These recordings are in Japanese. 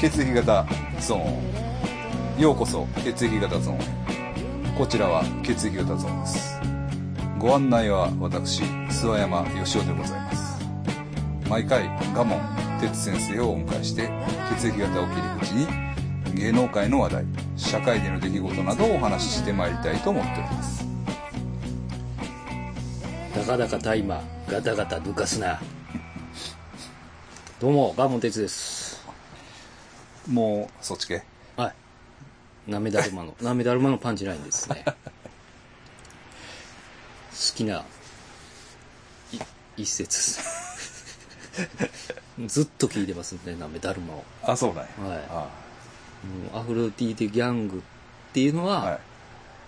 血液型ゾーンようこそ血液型ゾーンへこちらは血液型ゾーンですご案内は私諏訪山義雄でございます毎回我門哲先生をお迎えして血液型を切り口に芸能界の話題社会での出来事などをお話ししてまいりたいと思っておりますたかだか大麻ガタガタ抜かすなどうもガモン哲ですもうそっち系はいなめだる まのなめだるまのパンチラインですね好きない一 節ですずっと聞いてますねなめだるまをもあそうなんや、はいあうアフロディーテギャングっていうのは、はい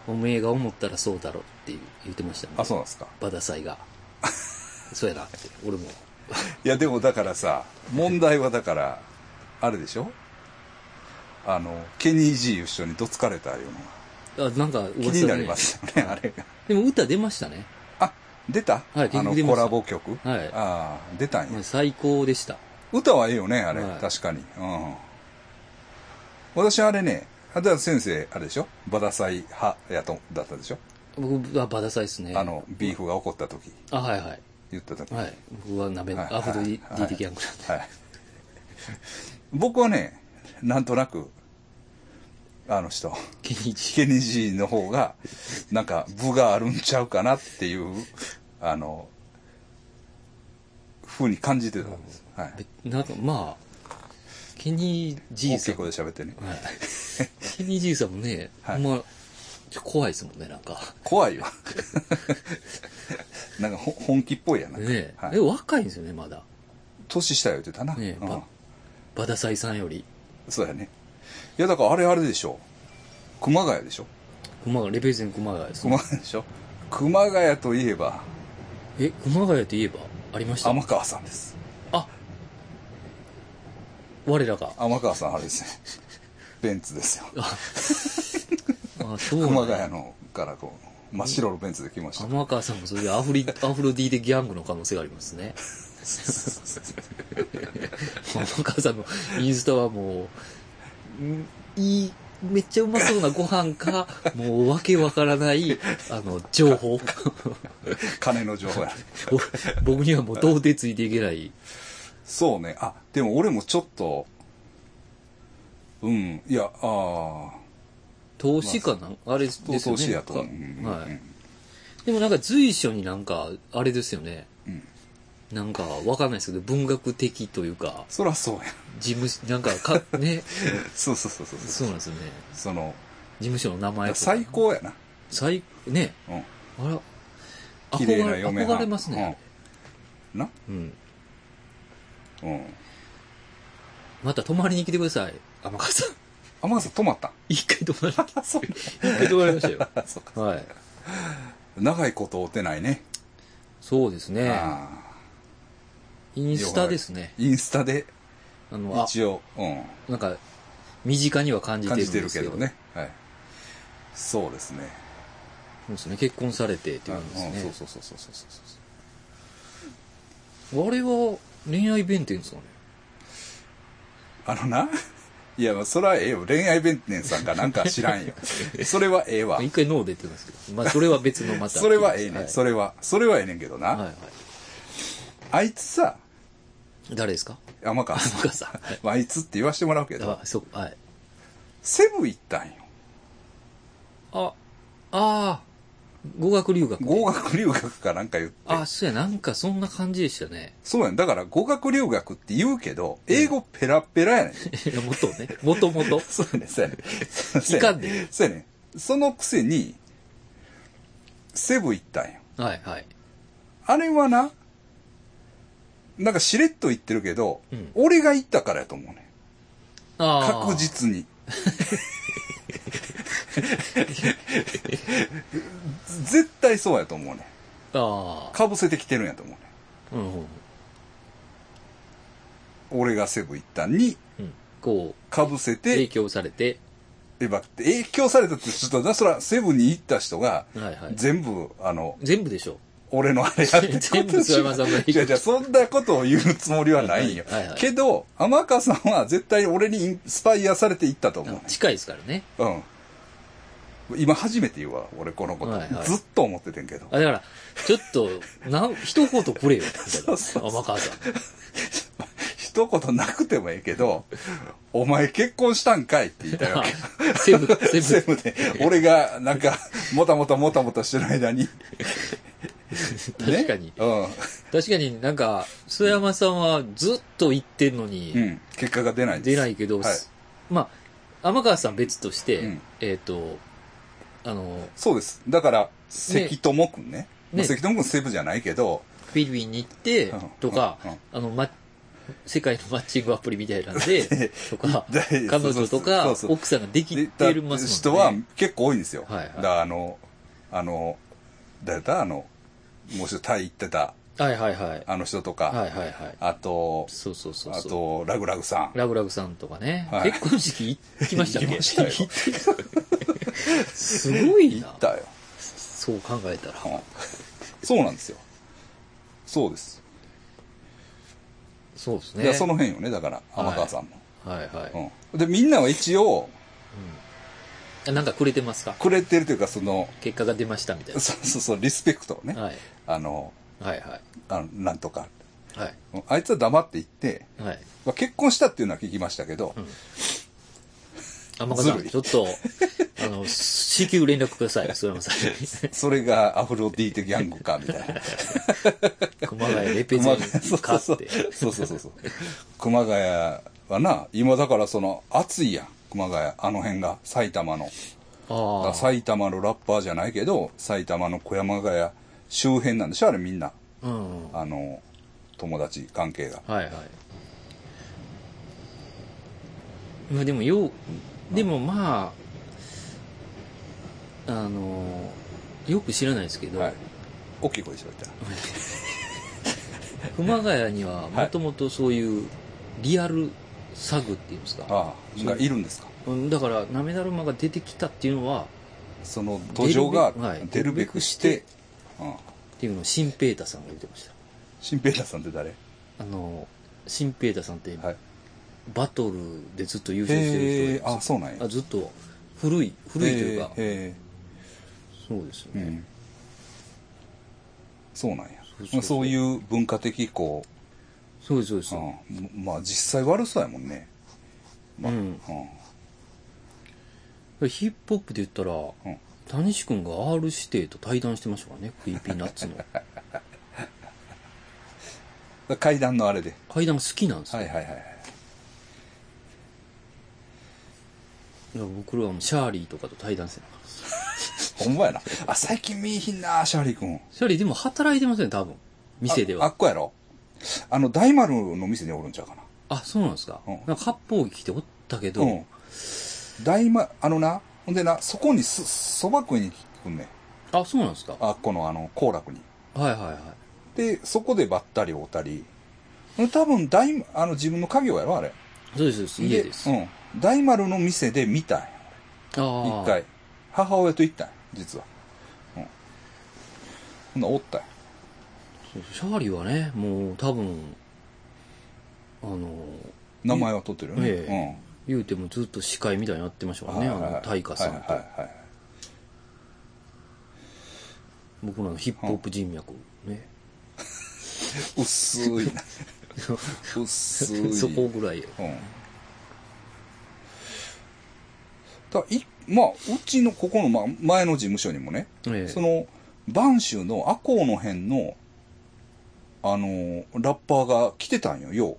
おめえが思ったらそうだろっていう言ってましたねあそうなんですかバダサイがそうやなって俺もいやでもだからさ問題はだからあれでしょあのケニー・ジー一緒にどつかれたいうのがあなんか噂気になりますよねあれがでも歌出ましたねあ出た、はいあ結の局出まコしたラボ曲、はいああ出たんや、最高でした歌はいいよねあれ、はい確かにうん私あれねあだから先生あれでしょバダサイ派やとだったでしょ、僕はバダサイですねあのビーフが起こった時あはいはい言った時はい僕は鍋、はいアフロディはいーテギャングなんで、はい、僕はねなんとなくあの人ケニジケニジーの方がなんか部があるんちゃうかなっていうあのふうに感じてたんです、はい、なんかまあケニーじい大さきいん、はい、声で喋ってねケニーじいさんもね、はいほんまちょ怖いですもんねなんか怖いわ なんかほ本気っぽいやな、ねえ、はえい、若いんですよねまだ年下よ言ってたな、ねえ、うんババダサイさんよりそうやねいやだからあれあれでしょ熊谷でしょ熊谷レペゼン熊谷ですね熊谷でしょ熊谷といえばえ熊谷といえばありました天川さんですあ我らが天川さんあれですねベンツですよあそうなん熊だ谷のからこう真っ白のベンツで来ました天川さんもそういうア フリアフロディーでギャングの可能性がありますね天川さんのインスタはもうんいいめっちゃうまそうなご飯かもうわけわからないあの 情報金の情報やねぼ僕にはもう到底ついていけないそうねあでも俺もちょっとうんいやあ投資かなんあれですあよ投ね資やとなんうかんはうんい、でもなんか随所になんかあれですよねうんなんかわかんないですけど文学的というかそらそうや 事務なんかかねそうそうそうそうそそうなんですよねの事務所の名前とか最高やな、最ねうん、あら綺麗な嫁はん憧れますね、うんなうんうんまた泊まりに来てください 天川さん天川さん止ま った一回泊まりあ そう一回泊まりまし たよそうかはい長いこと追ってないね、そうですねあインスタですねーインスタであのあ一応、うん、なんか身近には感じて感るんじてでるすけけどどね、はい、そうですねそうですね結婚されてっていう感じうんですそねうそうそうそうそうそうそうあれは恋愛弁天ですかねあのな、いや、まあそれはええよ。恋愛弁天さんかなんか知ら んよ。それはええわ。一回ノーでって言うんですけど、まあ、それは別のまた。 それはええねん、はいそれは。それはええねんけどな。はいはい。あいつさ、誰ですか山川さん。天川さん。はいまああいつって言わしてもらうけどあ、、そう、はい。セブン行ったんよ。あ、あー語学留学。語学留学かなんか言って。あ、そうや、なんかそんな感じでしたね。 そうやん。だから語学留学って言うけど、英語ペラペラやね ん。いや元ね。元々。そうやねん、そうやねん。そういやねかんんで。そうやねん。そのくせに、セブン行ったんよ。はいはい。あれはな、なんかしれっと言ってるけど、うん俺が行ったからやと思うねん。あー確。実 に絶対そうやと思うねああ。かぶせてきてるんやと思うねうんうん。俺がセブン行ったんにうん。こう、かぶせ影て響されて。えばって影響されたってちょっとなそらセブンに行った人がはいはい。全部あの全部でしょ。俺のあれやって全部諏訪間さんの違う違う、そんなことを言うつもりはないんよはいはいは。いけど、天川さんは絶対俺にインスパイアされていったと思うね。近いですからね。うん。今初めて言うわ、俺このこと。はいはいずっと思っててんけど。あ、だから、ちょっと、なん、一言くれよ、みたいな。うそう天川さん。一言なくてもええけど、お前結婚したんかいって言いたいわけ。セブン、セ 全ブン。部で、俺がなんか、もたもたもたもたしてる間に。確かに。うん。確かになんか、須山さんはずっと言ってんのうに、ん。結果が出ないです。出ないけど、はいまあ、天川さん別として、うんえっ、と、あの、そうです。だから、関友くんね。ね関友くんセブじゃないけど、フィリピンに行ってうん、とか、うんうんあの、ま、世界のマッチングアプリみたいな んで、とかだ、い彼女とそかうそうそう、奥さんができてるますもんね。人は結構多いんですよ。はいはいだからあの、あの、誰だあの、もう一人タイ行ってた、はいはいはい。あの人とか、はいはいはい。あと、そうそうそうそう。あと、ラグラグさん。ラブラブさんとかね、はい結婚式行きましたっけ行きましたよ すご行いなっ。たよ。そう考えたら。うんそうなんですよ。そうです。そうですいね。や、その辺よね、だから、はい天川さんも。はいはい、うん。で、みんなは一応、あなんかくれてますかくれてるというか、その、 結果が出ましたみたいそうそうそう、リスペクトをねな。。はい。あの、はいはあのなんとか。い。はい。うんあいつは黙って行って、はい。まあ、結婚したっていうのは聞きましたけど、天川さずん、るいちょっ と、あの、至急連絡ください、須山さ んそれがアフロディーテギャングか、みた いな。に。熊谷レペゼンそうかそっうて。そうそうそうそう。熊谷はな、今だからその暑いやん。熊谷、あの辺が、埼玉の。だかあら埼玉のラッパーじゃないけど、埼玉の小山ヶ谷周辺なんでしょあれみんな。あ。うん。はあの、友達関係が。いはい。まあでも、よう、でもまあ、あの、よく知らないですけど、はい。大きい声でしゃべったら。熊谷にはもともとそういうリアルサグっていうんですか、ああ、がいるんですかうんだからなめだるまが出てきたっていうのはその土壌が出るべはい出るべくして、うん。っていうのを新平太さんが言ってました新平太さんって誰あの新平太さんってはい。バトルでずっと優勝してへるえ、人がいあ、ますそうなんや。あずっと古い古いというかへえ。そうですようね、ん、そうなんやそうそうそうまあそういう文化的こそうですそうですう、うん、まあ実際悪そうやもんね、まあうんうヒップホップで言ったら、ん谷志君が R 指定と対談してましたからねクリーピーナッツ のん、階段のあれで対談が好きなんですよ、はいはいはいはいだから僕らはもうシャーリーとかと対談してなかったですほんまやなあ最近見いひんなシャーリー君シャーリーでも働いてますね、多分。店でああは。っこやろあの大丸の店におるんちゃうかなあそうなんですか。うんなんか八方着ておったけど、ん大丸あのなほんでなそこにすそば食いに来んねんあ、そうなんですか。はいあっこのあの行楽にはいはい。でそこでばったり会うたり多分大あの自分の家業やろあれそうです、そうです家です。あうん、大丸の店で見たんよ一。あ。回母親と行ったんよ実は、うん、ほんならおったんよシャーリーはね、もう多分、あの、名前は取ってるよね、ええ言うてもずっと司会みたいになってましたかうんらね、あはいはいはの、いタイカさんはいはとい。はいはい僕らのヒップホップ人脈ね。薄いな薄い そこぐらい。うんだからいまあうちのここの、まあ、前の事務所にもね、ええその播州の赤穂の辺のあのラッパーが来てたんよよう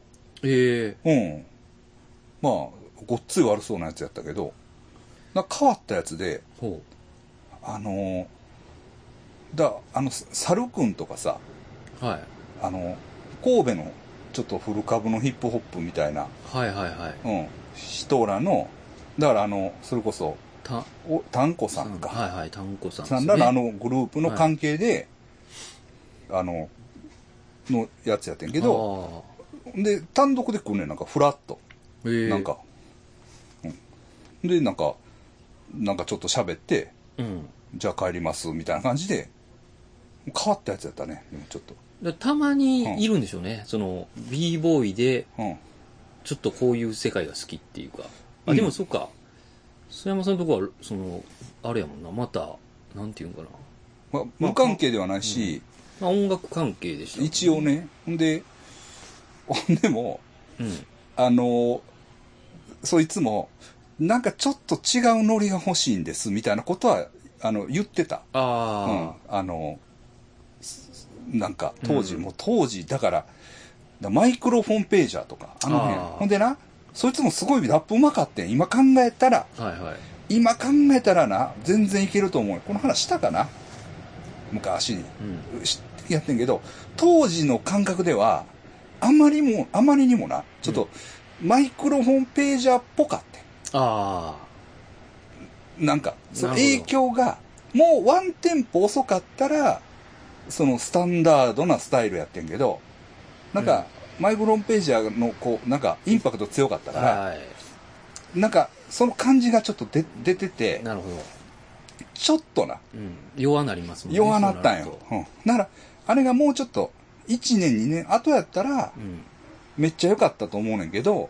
ええうん。まあ、ごっつい悪そうなやつやったけど、なんか変わったやつで、ほあのーだ、あの、猿くんとかさ、う。はい。あの、神戸のちょっと古株のヒップホップみたいな、はいはいはい。うん、人らの、だからあの、それこそ、た、お、タンコさんか、はいはい、タンコさんですさね。んらのあのグループの関係で、あの、のやつやってんけど、で、単独で来るねんなんかフラッと。ああ、ええなん。か、うん、でなんかなんかちょっと喋ってうん。じゃあ帰りますみたいな感じで変わったやつやったね、でもちょっと。だたまにいるんでしょうね。その、b ボーイで、うん。ちょっとこういう世界が好きっていうか。うあ、んでもそっか。須山さんのとこは、その、あれやもんな、また、なんていうんかな。まあ、無関係ではないし、まあ、音楽関係でした、一応。ね、ほんで、ほんでも、うん。あの、そいつも、なんかちょっと違うノリが欲しいんです、みたいなことは、あの、言ってた。うあんあ、、あの、すなんか当時、もう当時、だから、だマイクロフォンページャーとか、あの辺あー。ほんでな、そいつもすごいラップうまかってん。今考えたら、はいはい。今考えたらな、全然いけると思うよ。この話したかな昔に。うん。しやってんけど、当時の感覚では、あまりも、あまりにもな、ちょっと、マイクロフォンページャーっぽかってん。ああ。なんか、そのなるほど影響が、もうワンテンポ遅かったら、そのスタンダードなスタイルやってんけど、なんか、マイクロンページャーの、こう、なんか、インパクト強かったから、はい。なんか、その感じがちょっと出出てて、なるほど。ちょっとな、うん。弱なりますもんね。弱なったんそうよる。うん。なら、あれがもうちょっと、1年、2年後やったらとう、ん。めっちゃ良かったと思うねんけど、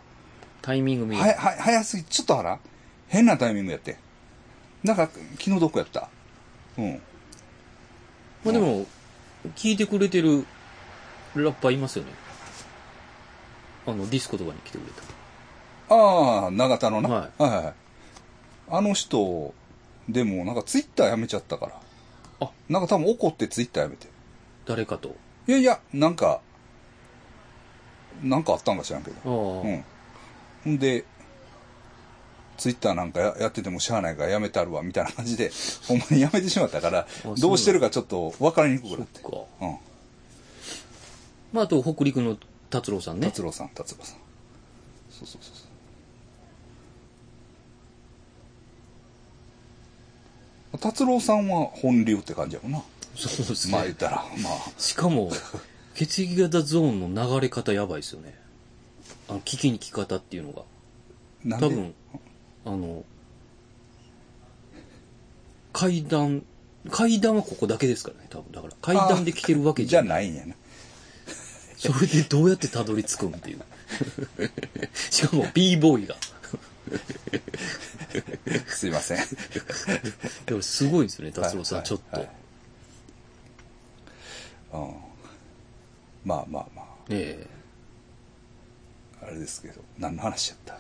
タイミング見はや、はや、早すぎ、ちょっとあら変なタイミングやって。なんか、気の毒やった。うん。まあでも、聞いてくれてるラッパーいますよね。あの、ディスコとかに来てくれた。ああ、永田のな。は、はいはいはいあの人、でもなんかツイッターやめちゃったから。あなんか多分怒ってツイッターやめて。誰かと。いやいや、なんか、なんかあったんか知らんけど。ああ、うん。ほんで、ツイッターなんかややっててもしゃあないからやめたるわ、みたいな感じで、ほんまにやめてしまったからそう、どうしてるかちょっと分かりにくくそなっって。か。うん。まああと、北陸の達郎さんね。達郎さん、達郎さん。そうそうそうそう。達郎さんは本流って感じやもんな。そうですまあ言ねっ。たら、まあ。し かも、血液型ゾーンの流れ方やばいですよね。あの、聞きに聞き方っていうのが。なんで多分、あの、階段、階段はここだけですからね、多分。だから、階段で来てるわけじじゃゃない。ないんやな。それでどうやってたどり着くんっていう。 しかも、b ボーイが。 すいません。でも、すごいですよね、 達郎さはん、いちょっはと。ねいはいうん。まあまあまえあ、あれですけど、何の話やった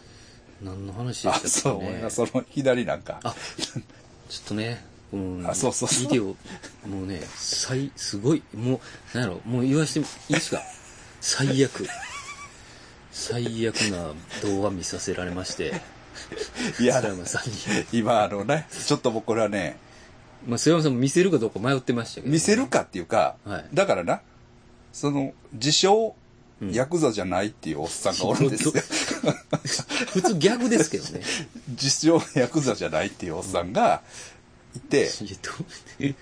何の話であ、しそたう、っけ俺ねが。その左なんか。あ、ちょっとね、うん、あそうそうそうビデオ、もうね、最、すごい、もう、なんやろ、もう言わしてもいいですか最悪。最悪な動画見させられまして、いや須、山さんに。今あのね、ちょっと僕これはね、まあ、須山さんも見せるかどうか迷ってましたけど、見せるかっていうか、はいだからな、その、自称、うんヤクザじゃないっていうおっさんがおるんですよ。普通逆ですけどね。 自称ヤクザじゃないっていうおっさんがいて、えっ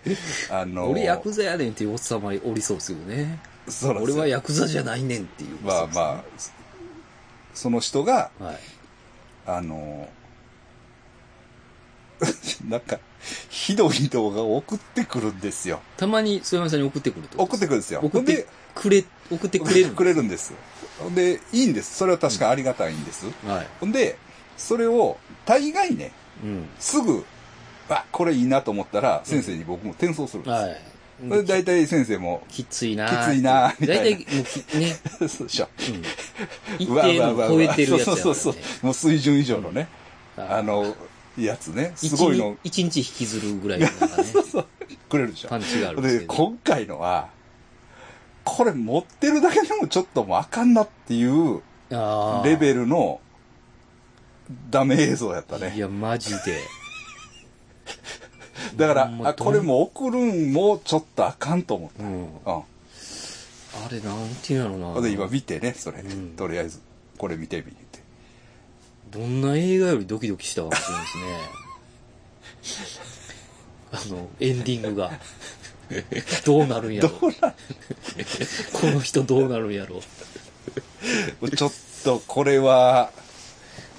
あとの、俺ヤクザやねんっていうおっさんまでおりそうですよね。そうなんで俺すよはヤクザじゃないねんっていう。まあまあ、その人が、あ。はい。あの、 なんか、ひどい動画を送ってくるんですよ。たまに須山さんに送ってくるってこと送ってくるんですよ。送ってくれ、送ってほんくでれるくれるんです。ほんで、いいんです。それは確かにありがたいんです。はい。ほんで、それを、大概ね、うん。すぐ、あ、これいいなと思ったら、先生に僕も転送するんです。はい。それで大体先生も、きついなきついなみ大たいな体、もうき、ね、そうでしょ。うん。一うわう定わうのわ超えてるそやつうやかそうそうそう。もう水準以上のね、らね。あの、やつね。すごいの一日一日引きずるぐらいのなんかね、くれるでしパょ。ンチがあるんですで、けど。今回のは、これ持ってるだけでもちょっともうあかんなっていうあーレベルのダメ映像やったいね。や、マジで。だかほんら、まあ、これも送るんもちょっとあかんと思っうん。た。うん。あれ、なんていうんやろほな。んで今見てね、それ。うんとりあえず、これ見てみって。どんな映画よりドキドキしたかもし れないですね。あの、エンディングが。どうなるんやろ。この人どうなるんやろ。ちょっとこれは、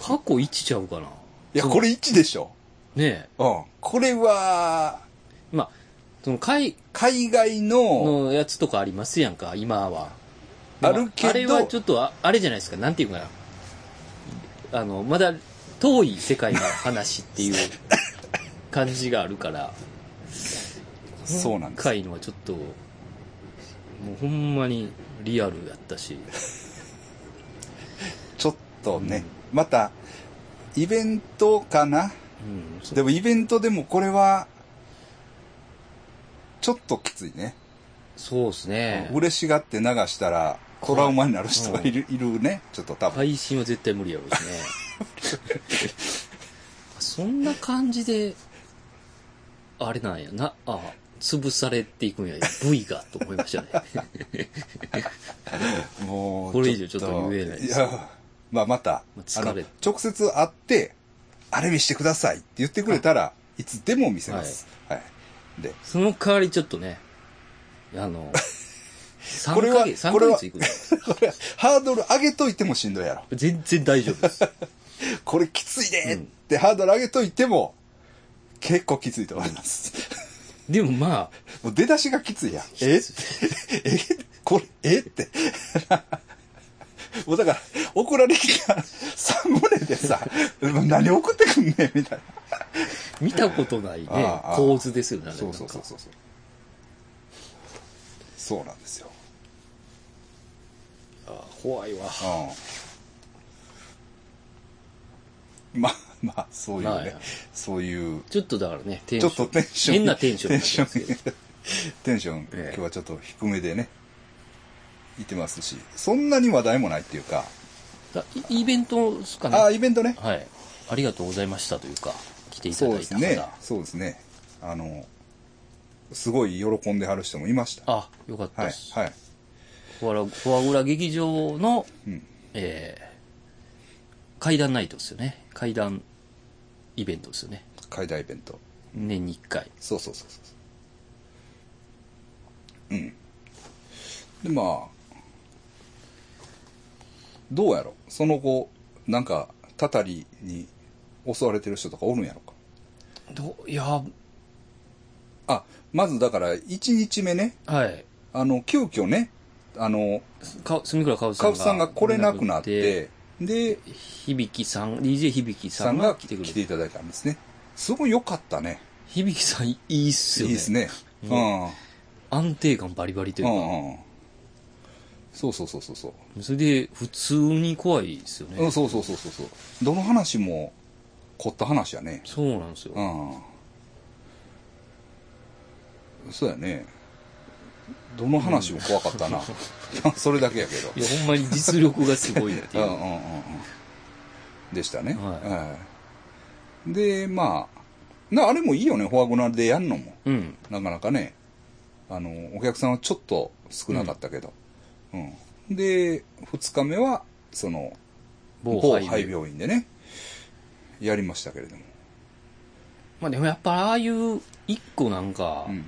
過去一ちゃうかな。いや、そうこれ1でしょ。ねえ。うん。これは、まあ、その海海外の、のやつとかありますやんか、今は。あるけどあれはちょっとあ、あれじゃないですか、なんていうかな。あの、まだ遠い世界の話っていう 感じがあるから、そうなんです。今回のはちょっと、もうほんまにリアルやったし。ちょっとね、また、イベントかなうん、そでもイベントでもこれは、ちょっときついね。そうですね。嬉しがって流したら、トラウマになる人がいる,、いるね。ちょっと多分。配信は絶対無理やろうしね。 そんな感じで、あれなんやな、あ潰されていくんや、部位が、と思いましたね。 もう、これ以上ちょっと言えないいですや、まあまた、あまあ疲のれ、直接会って、あれ見してくださいって言ってくれたら、いつでも見せます。はい。 で、その代わりちょっとね、あの、3これはヶ月、3これヶは月いくんやこれ、ハードル上げといてもしんどいやろ。全然大丈 夫です。これきついでってハードル上げといても、結構きついと思い ます。でもまあ、もう出だしがきついやん。ええこれ、えって。 もうだから、送られてきたサムネでさ、 何送ってくんねんみたい見たことないねああ、ああ構図ですよね、な。あれそうそうなんそかうそう。そうなんですよ。ああ怖いわ。うん。まあまあ、そういうね、はいはいそういうちょっとだからね、テンちシょョン。っとテンション。変なテンションテンになっシてますけどョン。テンション、ええ今日はちょっと低めでね、いってますし、そんなに話題もないっていうか、だイイベントですかね。ああ、イベントね。はい。ありがとうございましたというか、来ていたそうだでいすた方。ね。そうですね。あの、すごい喜んではる人もいました。あ、よかったはいで、す。はい。フォアラフォアグラ劇場の、うんえー、階段ナイトですよね。階段イベントですよね。会談イベント。年に1回。そうそうそうそう。うん。で、まあ、どうやろその後、なんか、たたりに襲われてる人とかおるんやろか。どういや、はあ、まずだから、1日目ね、い。あの、急遽ね、あの、か、住倉かぶさカんが。フさんが来れなくなっ。て、で、響さん、DJ 響ささんんがが来て来くれてて。いただいたんですね。すごい良かったね。響さんいいっすいよいね。ですね。うん。安定感バリバリといううんか。うん。そうそうそうそうそう。それで、普通に怖いですよね。うん、そうそうそうそうそう。どの話も凝った話やね。そうなんですよ。うん。そうやね。どの話も怖かったな。 それだけやけど。いや、ほんまに実力がすごいってういんう。 うんうんうんでしたね。はいいで、まあ、なあれもいいよね、フォアグナでやんのも。うん。なかなかね、あの、お客さんはちょっと少なかったけど。うん。で、二日目は、その、某肺病院でね、やりましたけれども。まあでもやっぱああいう一個なんかう、ん。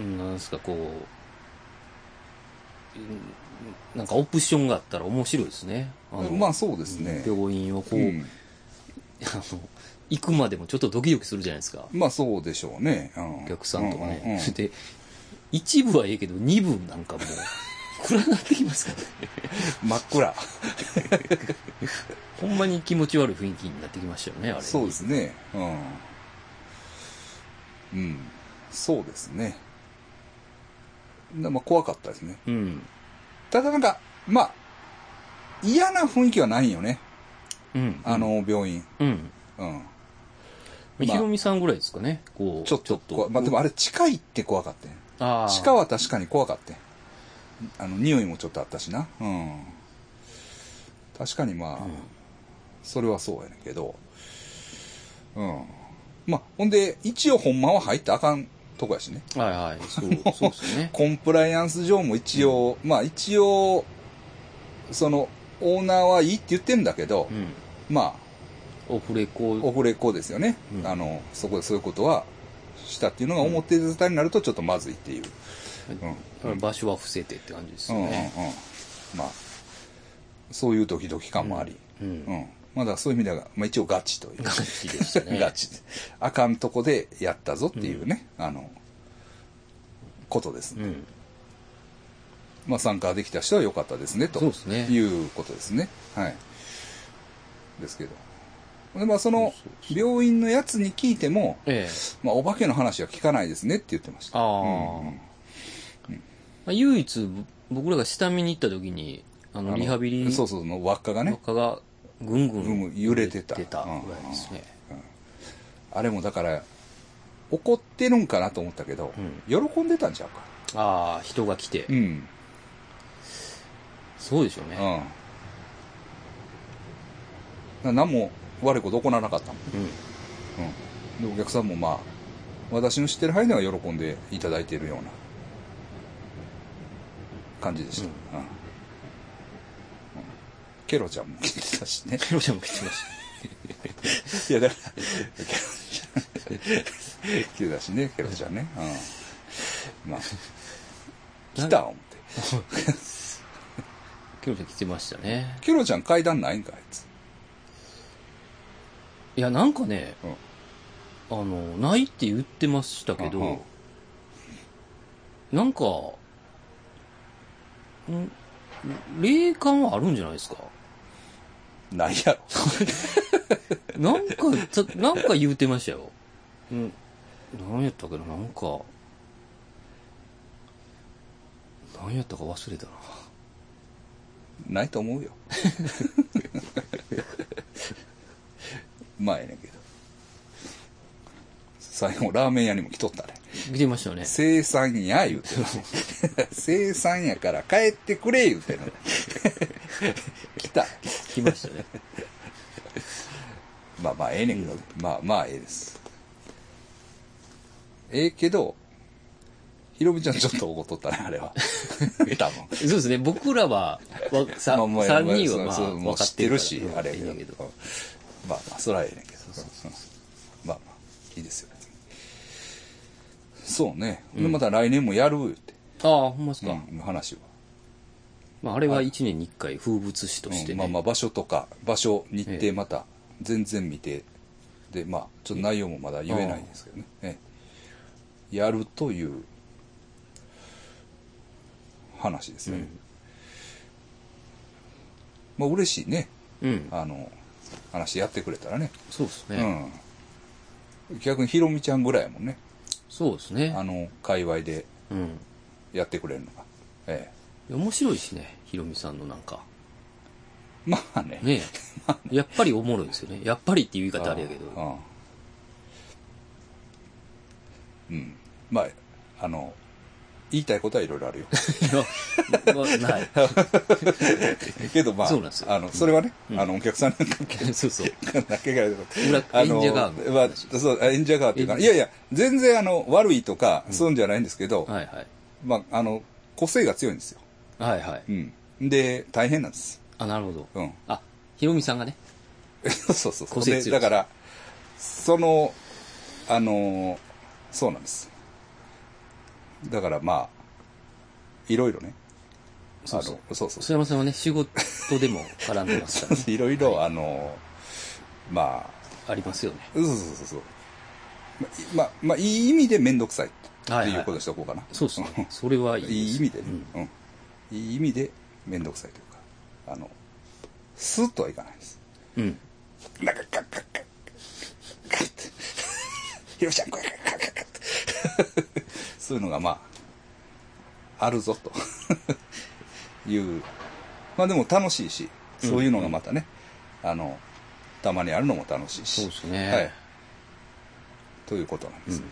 うんなんですかこう、うんなんかオプションがあったら面白いですね。のまあそうですね。病院をこう、うん あの、行くまでもちょっとドキドキするじゃないですか。まあそうでしょうね。うんお客さんとかうん うんうねん。で、一部はええけど二部なんかもう、 暗なってきますからね。真っ暗。ほんまに気持ち悪い雰囲気になってきましたよね、あれ。そうですね。うん。うん。そうですね。なまあ怖かったですね。うん。ただなんか、まあ、嫌な雰囲気はないよね。うん。あ、の、病院。うん。うん。ひまあろみさんぐらいですかね、こう。ちょっと怖いまあでもあれ近いって怖かったね。あー地下は確かに怖かったねあの、匂いもちょっとあったしな。うん。確かにまあ、うんそれはそうやねんけど。うん。まあ、ほんで、一応ほんまは入ったらあかんとこやしね。はいはい、そう、 そうですね。コンプライアンス上も一応、まあ一応、その、オーナーはいいって言ってんだけど、うん。まあ、オフレコ、オフレコですよね。うんあの、そこでそういうことはしたっていうのが表沙汰になるとちょっとまずいっていう。うん。場所は伏せてって感じですうんようんうんね。まあ、そういうドキドキ感もあり、う。うんん。まだそういう意味では、まあ一応ガチという。 感じでしたね。ガチ。あかんとこでやったぞっていうね、あの、ことですね、うん。まあ、参加できた人は良かったですねとそうですねいうことですねはいですけどでまあそのそうそう病院のやつに聞いても、ええ。まあ、お化けの話は聞かないですねって言ってましたああうんうんまあ、唯一、僕らが下見に行った時に、ああの、のリハビリそうそうの輪っかがのね蚊がぐんぐぐんぐんん揺れてた出たうんぐらいですね。あれもだから怒ってるんかなと思ったけど、喜んでたんちゃうかああ、人が来て。うんそうでしょうね。うんな何も悪いこと起こらなかったもんうん。うん、でお客さんもまあ私の知ってる範囲では喜んでいただいているような感じでした、うんうんケロちゃんも来てたしねペロちゃんも来てました。いやだ からケロちゃん来てたしねケロちゃんね、うん、まあ来た思ってペロちゃん来てましたね。ケロちゃん階段ないんかあいつ、いや、なんかね、うんあの、ないって言ってましたけうんうんど、なんか、ん霊感はあるんじゃないですかないやろなんか、ちょなんか言うてましたよ。うん。何やったっけな、なんか。何やったか忘れたな。ないと思うよまあええねんけど最後ラーメン屋にも来とったね見てましたよね。生産や言うてるね生産やから帰ってくれ言うてるね 来た来ましたね。まあまあええねんけど、まあまあええですええけどひろみちゃんちょっと怒っとったねあれは多分 そうですね、僕らは、わさまあもう3人もはうまあ、そうも分うか知っっててるるからし、うんあれいいんやだけけどど。。まあまあ、それはええねんけど。うんまあまあ、いいですよ。別にそうね。でまた来年もやるって、ああ、ほんまですか。うん、話は。まあ、あれは1年に1回風物詩としてうね。んまあまあ、場所とか、場所、日ええ程、また、全然未定。で、まあ、ちょっと内容もまだ言えないんですけどね。ええやるという話ですね。まあ、嬉しいね。うん。あの、話やってくれたらね。そうですね、うん。逆にひろみちゃんぐらいやもんね。そうですねあ。の、界隈でうん。やってくれるのが。え面白いしね、ひろみさんのなんか。え。まあね。ね え。やっぱりおもろいですよね。やっぱりっていう言い方あれやけど。うん。うん。まあ、あの、言いたいことはいろいろある よ。いや、まあ ない。けどまあ、そうなんですよあの、それはね、あの、お客さんの関係そうそう。だけが裏あの演者側のまあ、そう、演者側っていうか、いやいや、全然あの、悪いとか、そういうんじゃないんですけど、はいはい。まあ、あの、個性が強いんですよ。はいはい。うん。で、大変なんです。あ、なるほど。うん。 あ、ひろみさんがね。そうそうそ個う。性で、強いだから、その、あのー、そうなんです。だからまあ、いろいろね。そうそうあのそうそう須山さんはね、仕事でも絡んでます から、ね、いろいろ、あのー、まあ、ありますよね。そうそうそうそう。まあ、まあ、いい意味でめんどくさいってはいはいいうことにしておこうかな。そうですね。それはいいですいい意味でねう。んうん。いい意味でめんどくさいというか、あの、スッとはいかないです。うん。なんかカッカッカッカッって。ひろちゃん、これカッカッカッカッって。そういうのがまあ、あるぞという。まあでも楽しいし、そういうのがまたね、あの、たまにあるのも楽しいし。そうですねはい。ということなんです、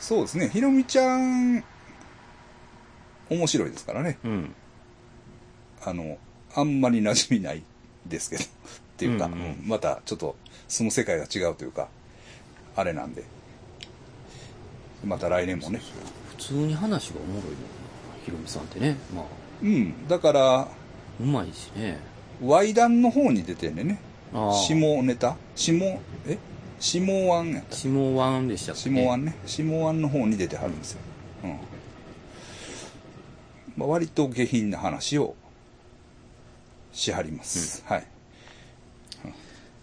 そうですね、ひろみちゃん、面白いですからね。うん。あの、あんまり馴染みないですけど、 っていうか、うんうんうんまたちょっと、その世界が違うというか、あれなんで、また来年もね。普通に話がおもろいもんな、ひろみさんってね。まあ、うん、だから、うまいしね。 Y 談の方に出てんねんね。ああ。下ネタ下、え下腕やった。下ワンでしたっけ、下腕ね。下腕の方に出てはるんですよ。うん。まあ、割と下品な話をしはります。はい。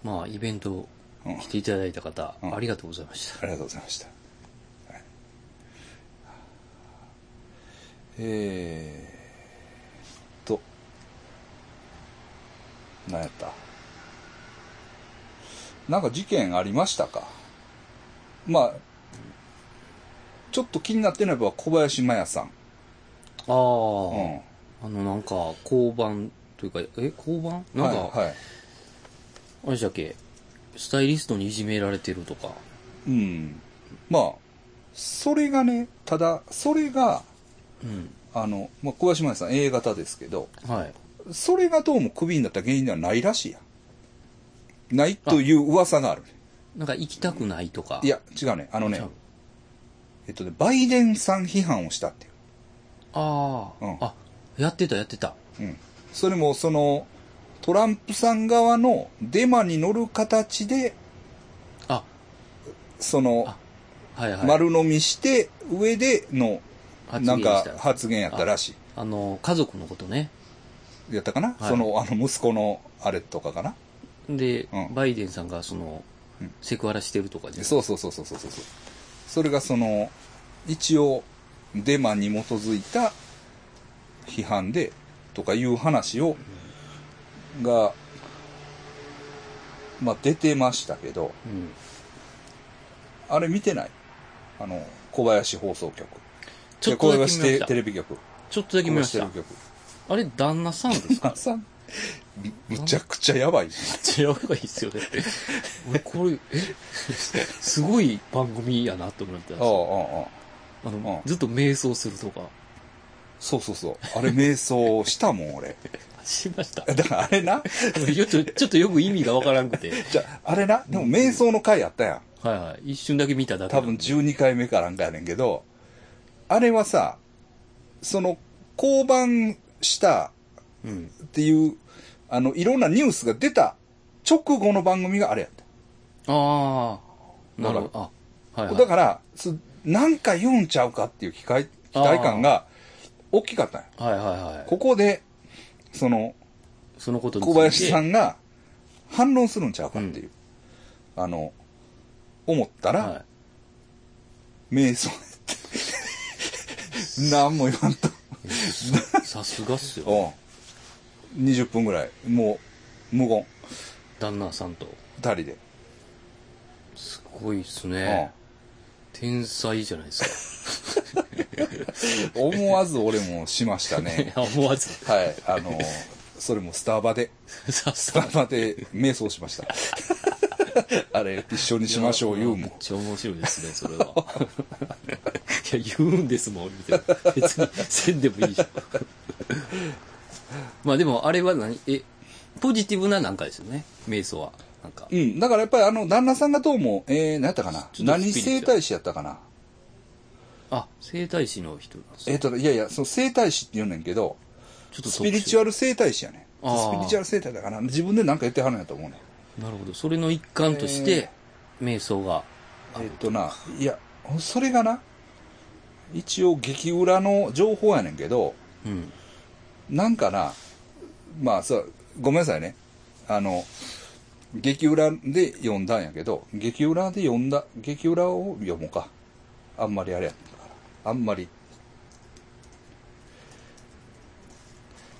まあ、イベントうん来ていただいた方、うんありがとうございました。ありがとうございました。えーっと、何やったなんか事件ありましたかまあ、ちょっと気になってるのは小林麻也さん。ああ、うん。あの、なんか、交番というか、え、交番なんか、はい、はい。あれでしたっけ、スタイリストにいじめられてるとか。うん。まあ、それがね、ただ、それが、うん。あの、まあ、小林麻也さん A 型ですけど、はい。それがどうもクビになった原因ではないらしいやん。ないという噂がある。なんか行きたくないとか。い、や、違うね。あのね違う、えっとね、バイデンさん批判をしたっていう。ああ、うんあ、やってたやってた。うん。それも、その、トランプさん側のデマに乗る形で、あ、そのあ、はいはい。丸飲みして、上での、発な言んしかたよ、発言やったらしい。あの、家族のことね。やったかな、はいその、あの、息子の、あれとかかなで、うんバイデンさんがそのうん、セクハラしてるとかじゃんそうそうそうそうそうそう。それがその、一応、デマに基づいた批判で、とかいう話を、が、まあ、出てましたけど、うん。あれ見てないあの、小林放送局。ちょっといやだけ見ま小し林た。テレビ局。ちょっとだけ見まし小た林。テレビあれ、旦那さんです局。かあさん、むむちゃくちゃやばい。 違う方がいいっすよね。 俺、これ、えすごい番組やなと思ってたあんあ、ですあよあ、ああ。うあんの、ずっと瞑想するとか。そうそうそう。あれ、瞑想したもん、俺。しました。だからあれな、ちょっと、ちょっとよく意味がわからんく て。じゃあ、あれな、でも瞑想の回あったやん。はいはい。一瞬だけ見ただけ。多分12回目かなんかやねんけど、あれはさ、その、降板したうん。っていう、あの、いろんなニュースが出た直後の番組があれやった。ああ。なるほど。あ、はい、はい。だから、すなんか言うんちゃうかっていう期待期待感が大きかったんや。はいはいはい。ここで、その、そのことについ小て。林さん。んが反論するんちゃうかっていう、あの、思ったら、は瞑想やって。なんも言わんと。い。ささすがっすよ。うん。20分ぐらい、もう、無言。旦那さんと。二人で。すごいっすね。天才じゃないですうん。思わず俺もしましたか。いね。や思わず。はい。あの、それもスタバで、さスすタが。バで瞑想しました。あれ、一緒にしましょう、言うめっもちゃ面白いですね、それは。 いや、言うんですもん、みたいな。別に、せんでもいいじゃん。 まあでも、あれは何え、ポジティブななんかですよね、瞑想は。なんかん。。うん。だからやっぱりあの、旦那さんがどうも、えー、何やったかなちょっと何整体師やったかなあ、整体師の人なんですえっ、ねと、いやいや、その整体師って言うねんけど、ちょっとスピリチュアル。ル整体師やねん。あースピリチュアル整体だから、自分で何か言ってはるんやと思うねん。なるほど。それの一環として、瞑想が。えっとな、いや、それがな、一応激裏の情報やねんけど、うん。なんかな、まあさ、ごめんなさいね。あの、激裏で読んだんやけど、激裏で読んだ、激裏を読もうか。あんまりあれやったから。あんまり。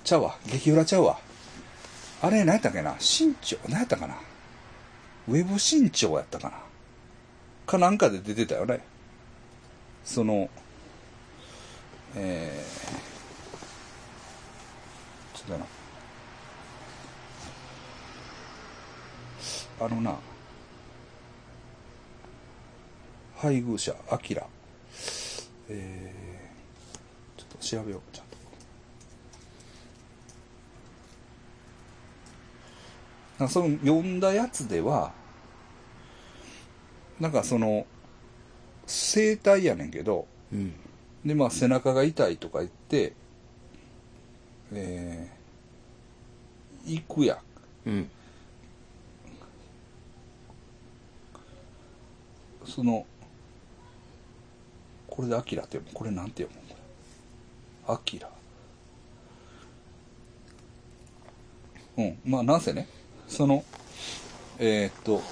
ちゃうわ。激裏ちゃうわ。あれ、何やったっけな新潮、何やったかなウェブ新潮やったかなかなんかで出てたよね。その、えー、ちょっとな。あのな、配偶者、アキラ。えー、ちょっと調べよう、ちゃんと。なんかその読んだやつでは、なんかその、生体やねんけど、うん。で、まあ、背中が痛いとか言って、えー、行くやん。うん。その、これでアキラって読む。これなんて読むこれ。アキラ。うん。まあ、なんせね、その、えー、っと、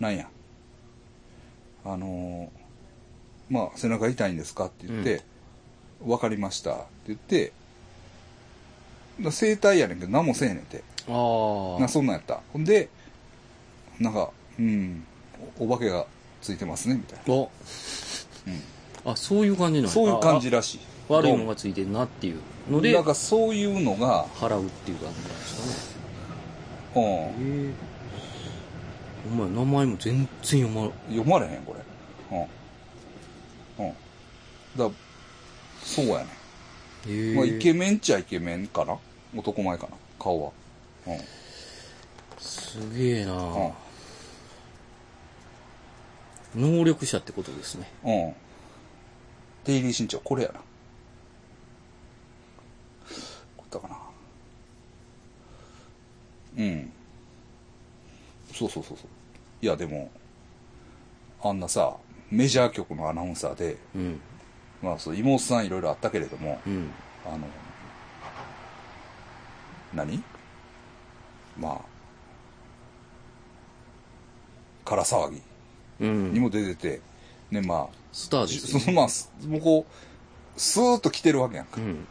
なんや。あのーまあ、背中痛いんですかって言って、わかりました。って言って、だ整体やねんけど、何もせえへんねんて。あな、あ。そんなんやった。ほんで、なんか、うん、おお化けがついてますね、みたいな。おあ、そういう感じなのそういう感じらしい。あ悪いもどのうがついてるなっていうのもで、なんかそういうのが、払うっていう感じなんですうかん、ね。お前、名前も全然読まない。読まれへん、これ。うん。うん。だそうやねん。えまあ、イケメンっちゃイケメンかな男前かな顔は。うん。すげえな、うん。能力者ってことですね。うん。デイリー身長、これやな。これだかな。うん。そうそうそうそう。いや、でも、あんなさ、メジャー局のアナウンサーで、うん。まあ、そう、妹さんいろいろあったけれども、うん。あの、何まあ、から騒ぎうにん。も出てて、ね、まあ、スターですそよ、のまあ、すもうこう、スーッと来てるわけやんかう。ん。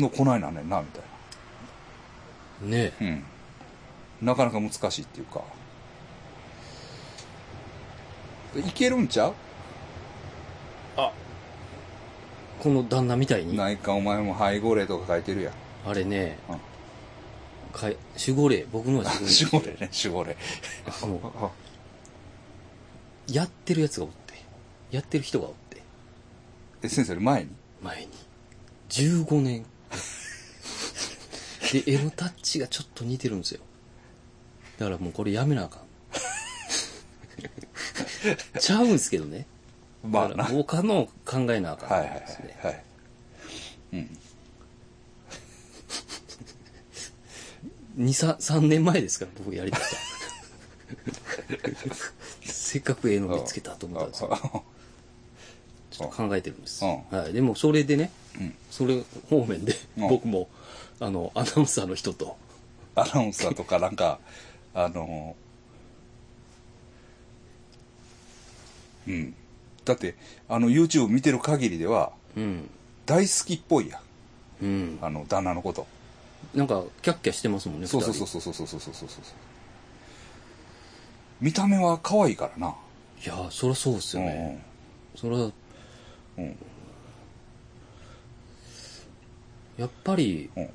の来ないなねんな、みたいねえ。な。うん。なかなか難しいっていうか。いけるんちゃうこの旦那みたいに。ないか、お前も背後霊とか書いてるやん。あれねうん、かい守護霊、僕のは守護霊。守護霊ね、守 護霊。あのやってるやつがおって。やってる人がおって。え、先生より前に前に。15年。で、絵のタッチがちょっと似てるんですよ。だからもうこれやめなあかん。ちゃうんすけどね。まあだな。からはい他のを考えなあかんはいはいんですね。はい。うん。二三3年前ですから、僕やりました。せっかくええの見つけたと思ったんですよ。ちょっと考えてるんです。うはい。でも、それでね、うんそれ方面で、うん僕も、あの、アナウンサーの人と、アナウンサーとかなんか、あのうん。だって、あの YouTube 見てる限りでは、うん。大好きっぽいやんうん。あの、旦那のこと。なんか、キャッキャしてますもんね、そうそうそう二そうそうそうそうそうそう。見た目は可愛いからな。人いやー、そりゃそうですよね。そりゃ、うんうん。やっぱり、うん。うん。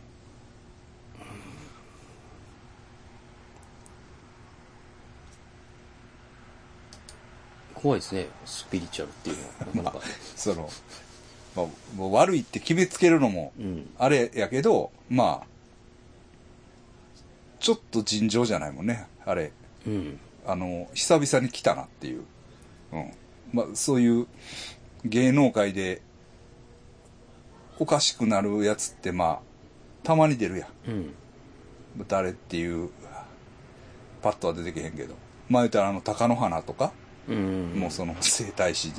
怖いですね、スピリチュアルっていうのは。なかなか。その、まあ、もう悪いって決めつけるのも、うん。あれやけど、まあ、ちょっと尋常じゃないもんね。あれ、うん。あの、久々に来たなっていう。うん。まあ、そういう芸能界でおかしくなるやつって、まあ、たまに出るやん。うん。誰っていう、パッとは出てけへんけど。まあ言うたらあの、鷹の花とか、うん。もうその整体師に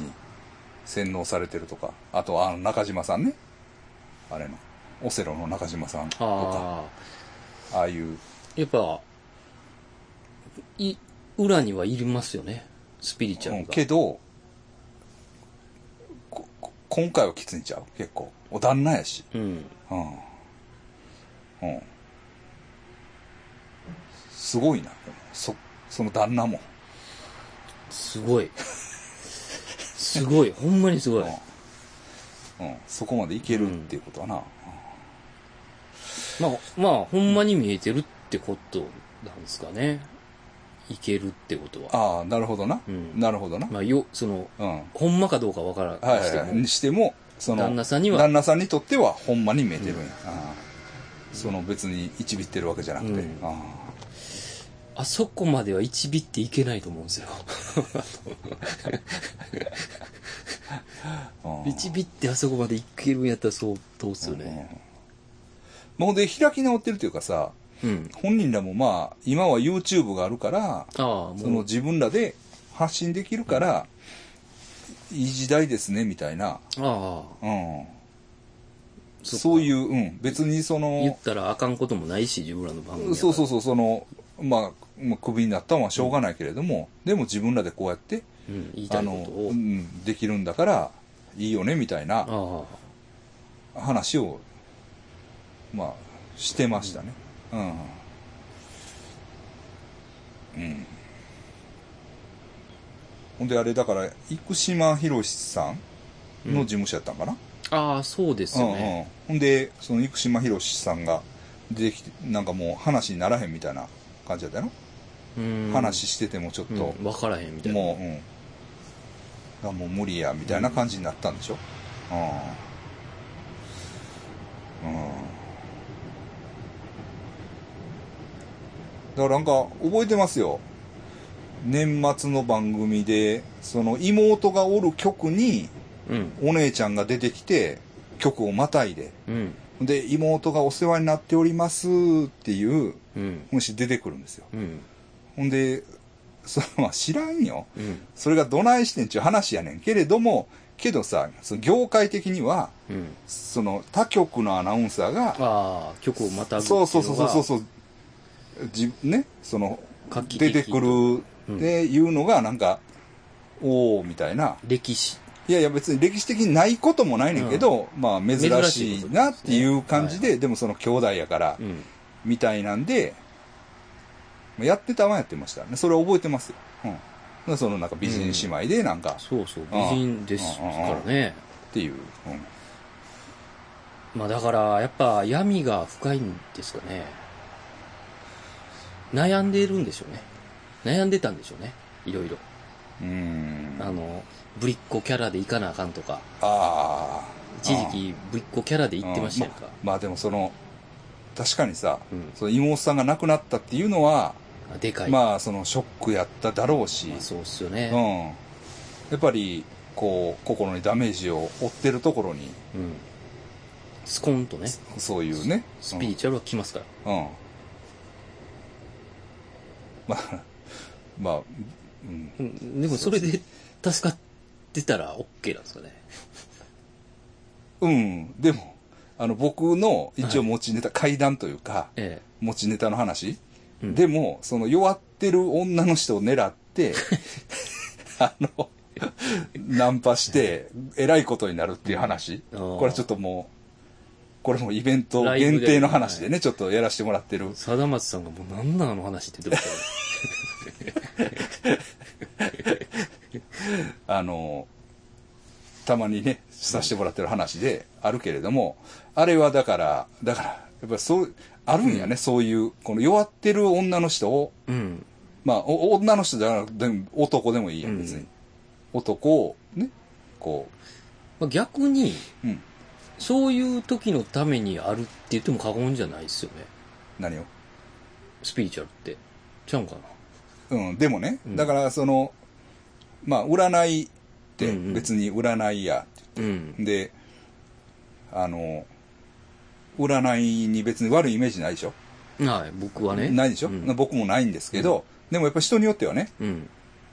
洗脳されてるとか、あとあの、中島さんね。あれの、オセロの中島さんとか、ああ。ああいう、やっぱ、い、裏にはいりますよね。スピリチュアうルんが。けど、ここ今回はきついんちゃう結構。お旦那やし。うん。うん。うん。すごいな。そ、その旦那も。すごい。すごい。ほんまにすごい。うん。うん。そこまでいけるっていうことはな。まあ、まあ、ほんまに見えてるってことなんですかね。いけるってことは。ああ、なるほどな。うんなるほどな。まあ、よ、その、うん。ほんまかどうかわからはいなはいいしても。はい。にしても、その、旦那さんには旦那さんにとっては、ほんまに見えてるんや。ああその別にいちびってるわけじゃなくて。うんああそこまでは一ビっていけないと思うんですよ。あうん一ビってあそこまでいけるんやったら相当っすよね。うんもうで、開き直ってるというかさ、うん。本人らもまあ、今は YouTube があるから、ああ、もそのう、自分らで発信できるから、いい時代ですね、みたいな。ああ、うん。そっかそういう、うん。別にそ言のっ、たらあかんこともないし、自分らの番組やから。そうそうそう、その、まあ、まあ、クビになったのはしょうがないけれども、でも自分らでこうやって、うん、言いたあいの、ことをう。ん、できるんだから、いいよね、みたいな。ああ、話を、まあ、してましたね。うん。うん。ほんで、あれ、だから、生島博さんの事務所やったんかな、ああ、そうですよね。うんうん、ほんでその生島博さんが出てきてなんかもう話にならへんみたいな感じだったよ、うん話しててもちょっと、うん、分からへんみたいな。もう、うん、がもう無理やみたいな感じになったんでしょうん、うん、だからなんか覚えてますよ年末の番組でその妹がおる局にうん。お姉ちゃんが出てきて曲をまたいでうん。で妹がお世話になっておりますっていううん。虫出てくるんですようん。ほんでそれは知らんようん。それがどないしてんちゅう話やねんけれどもけどさその業界的にはうん。その他局のアナウンサーがああ、曲をまたぐっていそうそうそうそうそううそうじねその画期出的てくるっていうのがなんか、おおみたいなのが。歴史。いやいや別に歴史的にないこともないねんけど、まあ珍しいなっていう感じで、でもその兄弟やからう、ん。みたいなんで、まあやってたはやってましたね。それは覚えてますよ。うん。だからそのなんか美人姉妹でなんかそうそう、美人ですからね。っていう。うん。まあだから、やっぱ闇が深いんですかね。悩んでるんでしょうね。悩んでたんでしょうね。いろいろ。うーん。あの、ぶりっ子キャラで行かなあかんとか、ああ。一時期ぶりっ子キャラで行ってましたやんかうん。ま。まあでもその、確かにさ、うんその妹さんが亡くなったっていうのは、あでかい。まあ、まあそのショックやっただろうし、そうっすよね。うん、やっぱりこう心にダメージを負ってるところにうん。スコーンとね、そういうねスピリチュアルは来ますから。うん、うんまあまあ、うん、うん、でもそれで助かってたら OK なんですかね。うんでもあの僕の一応持ちネタ、怪談というかえ持ちネタの話、え。うんでもその弱ってる女の人を狙って あのナンパしてえらいことになるっていう話、あーこれちょっともう、これもイベント限定の話でね、ちょっとやらせてもらってる。貞松さんがもうなんなんあの話って言ってましたよね。あの、たまにね、させてもらってる話であるけれども、あれはだから、だから、やっぱりそう、あるんやね、そういう、この弱ってる女の人を、うん。まあ、お女の人じゃなくて、男でもいいやん、別に。うん男を、ね、こまあ、逆に、う、うん、そういう時のためにあるって言っても過言じゃないですよね。何を。スピリチュアルって。ちゃうんかな。うん、でもね、うんだからその、まあ、占いってうんうん別に占いやってうん。で、あの、占いに別に悪いイメージないでしょ、はい、僕はね。ないでしょ、うん。僕もないんですけど、でもやっぱ人によってはね、うん。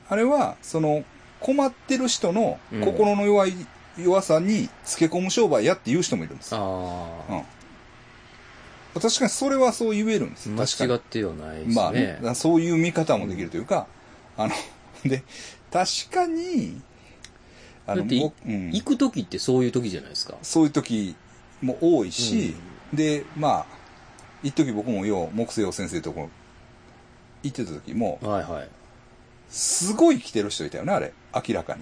あれは、その、困ってる人のうん心の弱い、弱さにつけ込む商売やっていう人もいるんです。ああ、うん、確かにそれはそう言えるんです。間確か違に。ってはないですね。まあね、だからそういう見方もできるというか、あの、 で、確かに、あだってい僕うん行く時ってそういう時じゃないですか。そういう時も多いし、で、まあ、一時僕もよう、木星陽先生とこ行ってた時も、はいはい。すごい来てる人いたよね、あれ。明らかに。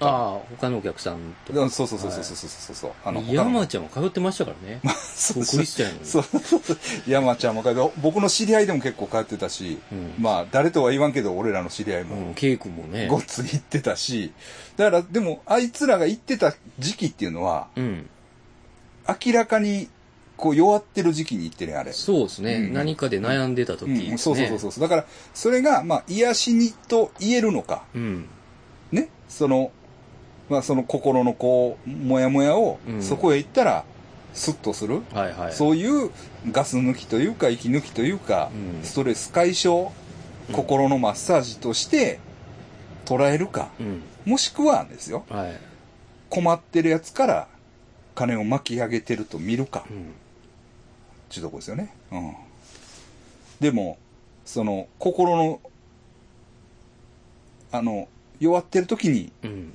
ああ、他のお客さんとでもか。そうそうそうそうそうそうそう。あの、他の山ちゃんも通ってましたから ね。そ僕うクそうリスチャンやのにそう山ちゃんも帰って、僕の知り合いでも結構帰ってたし、うんまあ、誰とは言わんけど、俺らの知り合いうも、ん、ケイ君もねご。っつ行ってたし、だから、でも、あいつらが行ってた時期っていうのは、うん。明らかに、こう、弱ってる時期に行ってるやん、あれ。そうですね、うん何かで悩んでた時、ねうん、そうそうそうそうそうだからそれがまあ癒しにと言えるのかう。うん。ねそのまあその心のこうモヤモヤをうんそこへ行ったらスッとする、はいはい。そういうガス抜きというか息抜きというか、うんストレス解消心のマッサージとして捉えるかうん。もしくはですよはい。困ってるやつから金を巻き上げてると見るか、うん。ちゅうとこですよね。うん。でも、その、心の、あの、弱ってる時にうん。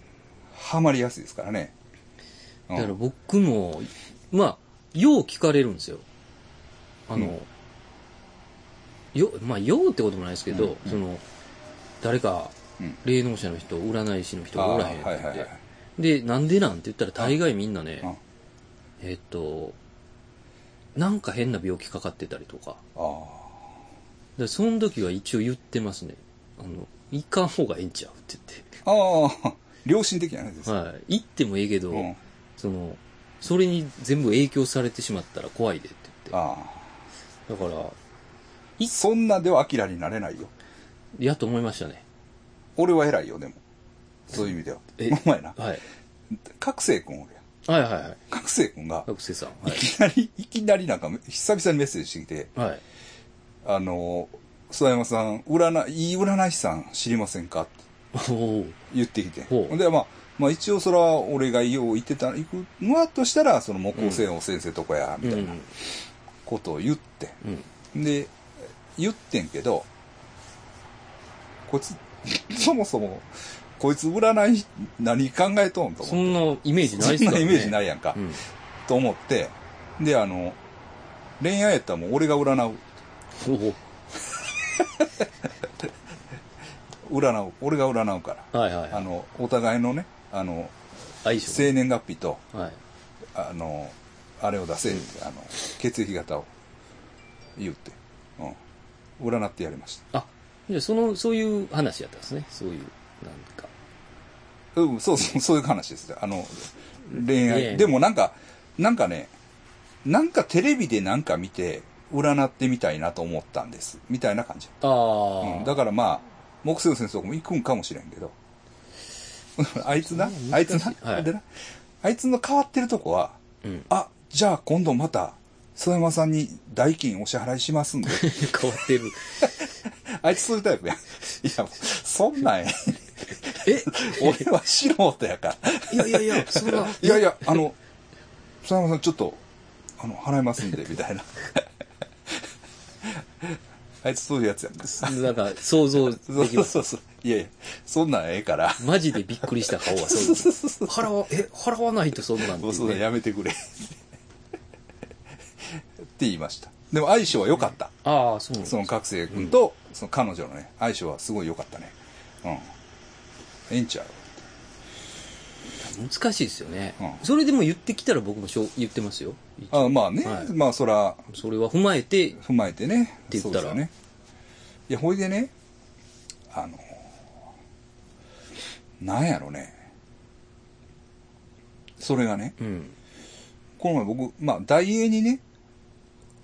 はまりやすいですからね。うんだから僕も、まあ、よう聞かれるんですよ。あの、よ、まあ、ようってこともないですけど、うんうんその、誰かうん、霊能者の人、占い師の人がおらへんってあーは言いはいっはいて。で、なんでなんって言ったら大概みんなねうん、えっと、なんか変な病気かかってたりとか。ああで、その時は一応言ってますね。あの、行かん方がいいんちゃうってああ 良心的な話です言って。はい。行ってもええけど、うんその、それに全部影響されてしまったら怖いでって言っああて。だから、そんなではアキラになれないよやと思いましたね。俺は偉いよでもそういう意味ではえお前なはい。覚醒君おるやんはいはいはい。覚醒君 が学生さん。いきなり いきなりなんか久々にメッセージしてきてはい。はい。あの諏訪山さん占いいい占い師さん知りませんかって おー言ってきてほうでまあまあ一応それは俺がよう言ってた行くのはとしたらその木工専用先生とかやうみん。たういんな。ことを言って、で言ってんけどこいつ そもそもこいつ占い何考えとんとそ思っんなイメーてジないっすからね。。そんなイメージないいやんか、うん。と思ってであの恋愛やったらもう俺が占うおー占う俺が占うからはいはいはあい。のお互いのねあの相性。生年月日とはい。あのあれを出せ、ってあの血液型を言って、うん、占ってやりましあ、じゃあその、そういう話やったんですね。そういう、なんか。た、うん、そうそうそういう話ですあの恋いやいや愛でもなんかなんかねなんかテレビでなんか見て占ってみたいなと思ったんですみたいな感じ、あうん、あ。だからまあ木星の先生とかも行くんかもしれんけど あいつなあいつな、はいでなあいつの変わってるとこはうん。あ、じゃあ今度また、曽山さんに代金お支払いしますんで。 変わってる。あいつそういうタイプやん。いや、そんなんや。え 俺は素人やから。いやいやいや、そんな。いやいや、あの、曽山さんちょっと、あの、払いますんで、みたいな。 あいつそういうやつやんか。そなんか、想像でうきそうます。そうそう。いやいや、そんなんええから。マジでびっくりした顔は、 そうそそううそうそう。払わ、え、払わないとそんなんてもいうそうだ、うね。やめてくれ。って言いました。でも相性は良かった。ああ、そうなんですその覚醒君と、その彼女のね、相性はすごい良かったね。うん。ええんちゃう難しいですよね、うんそれでも言ってきたら僕もしょ言ってますよ。あまあね、はいまあそら、それは踏まえて、踏まえてね。って言ったそらうですよね。いや、ほいでね、あの、なんやろね。それがね、うん。この前僕、まあ、大英にね、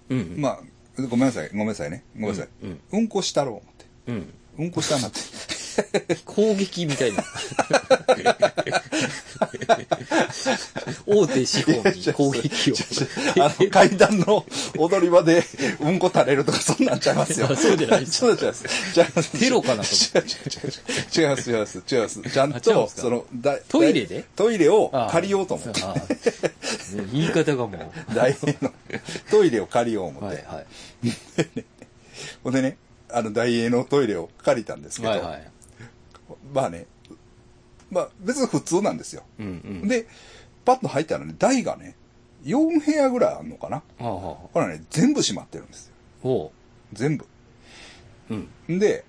うん。まあ、ごめんなさい、ごめんなさいね。ごめんなさい。ううんん、こしたろう思って。うん。うんこしたな って。攻撃みたいな。大手資本に 攻撃を。あの、階段の踊り場で、うんこ垂れるとか、そんなんちゃいますよ。そうじゃないですそうじゃないです。違います。テロかなと違う違う違う違う違います、違います、違います。ちゃんあ違うんと、ですかその、だトイレでトイレをああ借りようと思って。ああね言い方がもう。大英 の、トイレを借りよう思っはいて。はほんでね、あの、大英のトイレを借りたんですい。けはいどは、い。まあね、まあ、別に普通なんですよ。うんうん。で、パッと入ったらね、台がね、4部屋ぐらいあるのかなはあはあほらね、全部閉まってるんですよ。ほ全部。う。うん。で、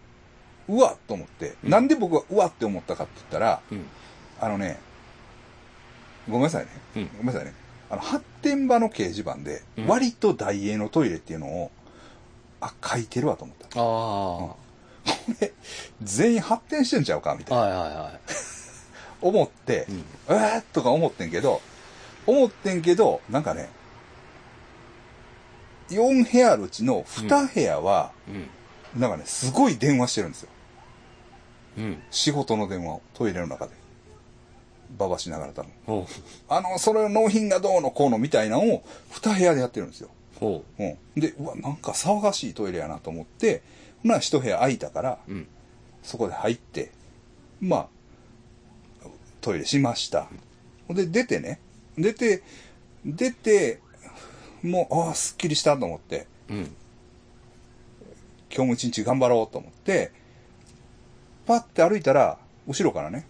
うわっと思って、うんなんで僕がうわって思ったかって言ったら、うん。あのね、ごめんなさいね。うんごめんなさいね。あの、発展場の掲示板でう、ん割と大英のトイレっていうのを、あ、書いてるわと思った。ああ。は全員発展してんちゃうかみいたいな。はいは思ってい。う、ん。えーとか思ってんけど、思ってんけど、なんかね、4部屋あるうちの2部屋は、うん。なんかね、すごい電話してるんですよ。うん。仕事の電話をトイレの中で。ババしながら多分。ほあの、それの納品がどうのこうのみたいなのを二部屋でやってるんですよ。う。ほうん。で、うわ、なんか騒がしいトイレやなと思って、ほな一部屋空いたから、う。うん。そこで入って、まあ、トイレしました。ほんで、出てね。出て、出て、もう、ああ、すっきりしたと思って、うん。今日も一日頑張ろうと思って、パッて歩いたら、後ろからね、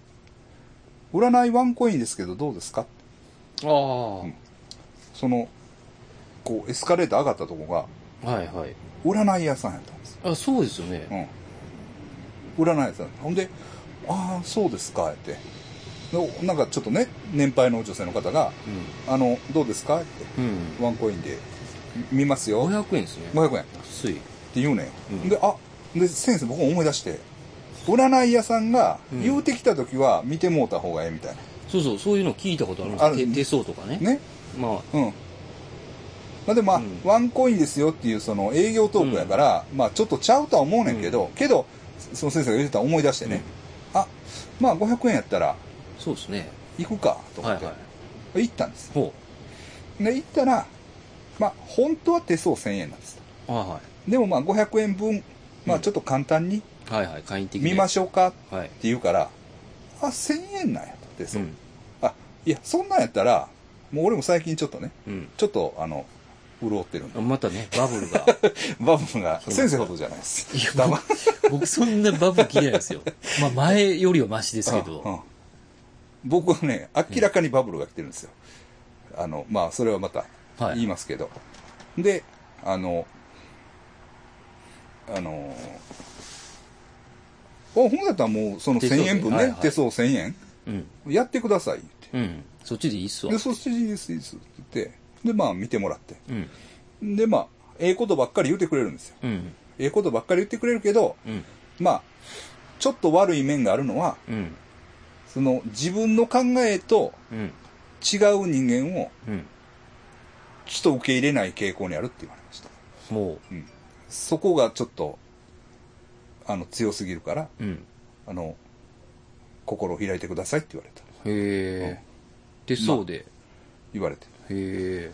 占いワンコインですけどどうですかああ、うんその、こう、エスカレーター上がったとこが、はいはい。占い屋さんやったんですよ。あ、そうですよね。うん。占い屋さん。ほんで、ああ、そうですか、って。でなんかちょっとね、年配の女性の方が、あの、どうですかって、うん。うん。ワンコインで、見ますよ。 500円ですね。 500円。安い。って言うね、うんん、であで先生僕思い出して占い屋さんがうん言うてきた時は見てもうた方がええみたいそうそう、そういうの聞いたことあるんあでするよ。手手相とかね。なねまあ、うんまあでもまあ、うんワンコインですよっていうその営業トークやから、まあちょっとちゃうとは思うねんけど、けどその先生が言ってたの思い出してね、あまあ500円やったらそうですね。行くかとは思いって、はい。行ったんですほで行ったらまあ本当は手相1000円なんですう。はでもまあ500円分まうあんちょっと簡単にいはい。はいはい。会員的に。見ましょうかょう。はい。っ。て言うから、あ、1000円なんやって、そううんあ、いや、そんなんやったら、もう俺も最近ちょっとね、うん。ちょっと、あの、潤ってるんあで。またね、バブルが。バブが、そう先生ほどじゃないです。いやだま僕、 僕そんなバブル嫌いですよ。まあ、前よりはマシですけうど。んうん僕はね、明らかにバブルが来てるんですよ。あの、まあ、それはまたはい言いますけど。で、あの、あの、あほんだったらもう、その手相1000で円分はいねは、い手相1000円、うん。やってくださいって。うん。そっちでいいっすわで、。そっちでいいです、いいですって言って、で、まあ見てもらって。うん。で、まあ、ええことばっかり言ってくれるんですよ。うん。ええことばっかり言ってくれるけど、うん。まあ、ちょっと悪い面があるのは、うん。その自分の考えとうん。違う人間をうん。ちょっと受け入れない傾向にあるって言われました。もうん。そこがちょっと、あの、強すぎるから、う。うん。あの、心を開いてくださいって言われた。へえ。で、そうで。言われて。へえ。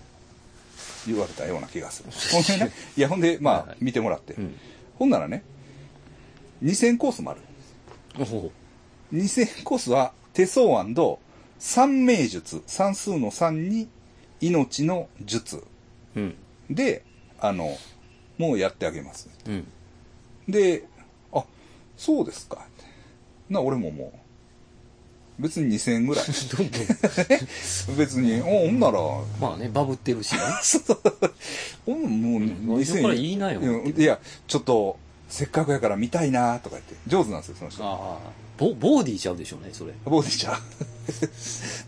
言われたような気が する。ほんでね、いやほんで、まあ、はいはい見てもらって。うん。ほんならね、2000コースもある。おほ2000コースは手相三名術、算数の3に命の術う。うん。で、あの、もうやってあげます。うん。で、あ、そうですか。な、俺ももう、別に2000円ぐらい。 どんどん。別に、おほんなら、 まあね、バブってるしね。おもう2000そ円。こから言いなようんいや、ちょっと、せっかくやから見たいなとか言って。上手なんですよ、その人。ああ。ボ、ボーディーちゃうでしょうね、それ。ボーディちゃん。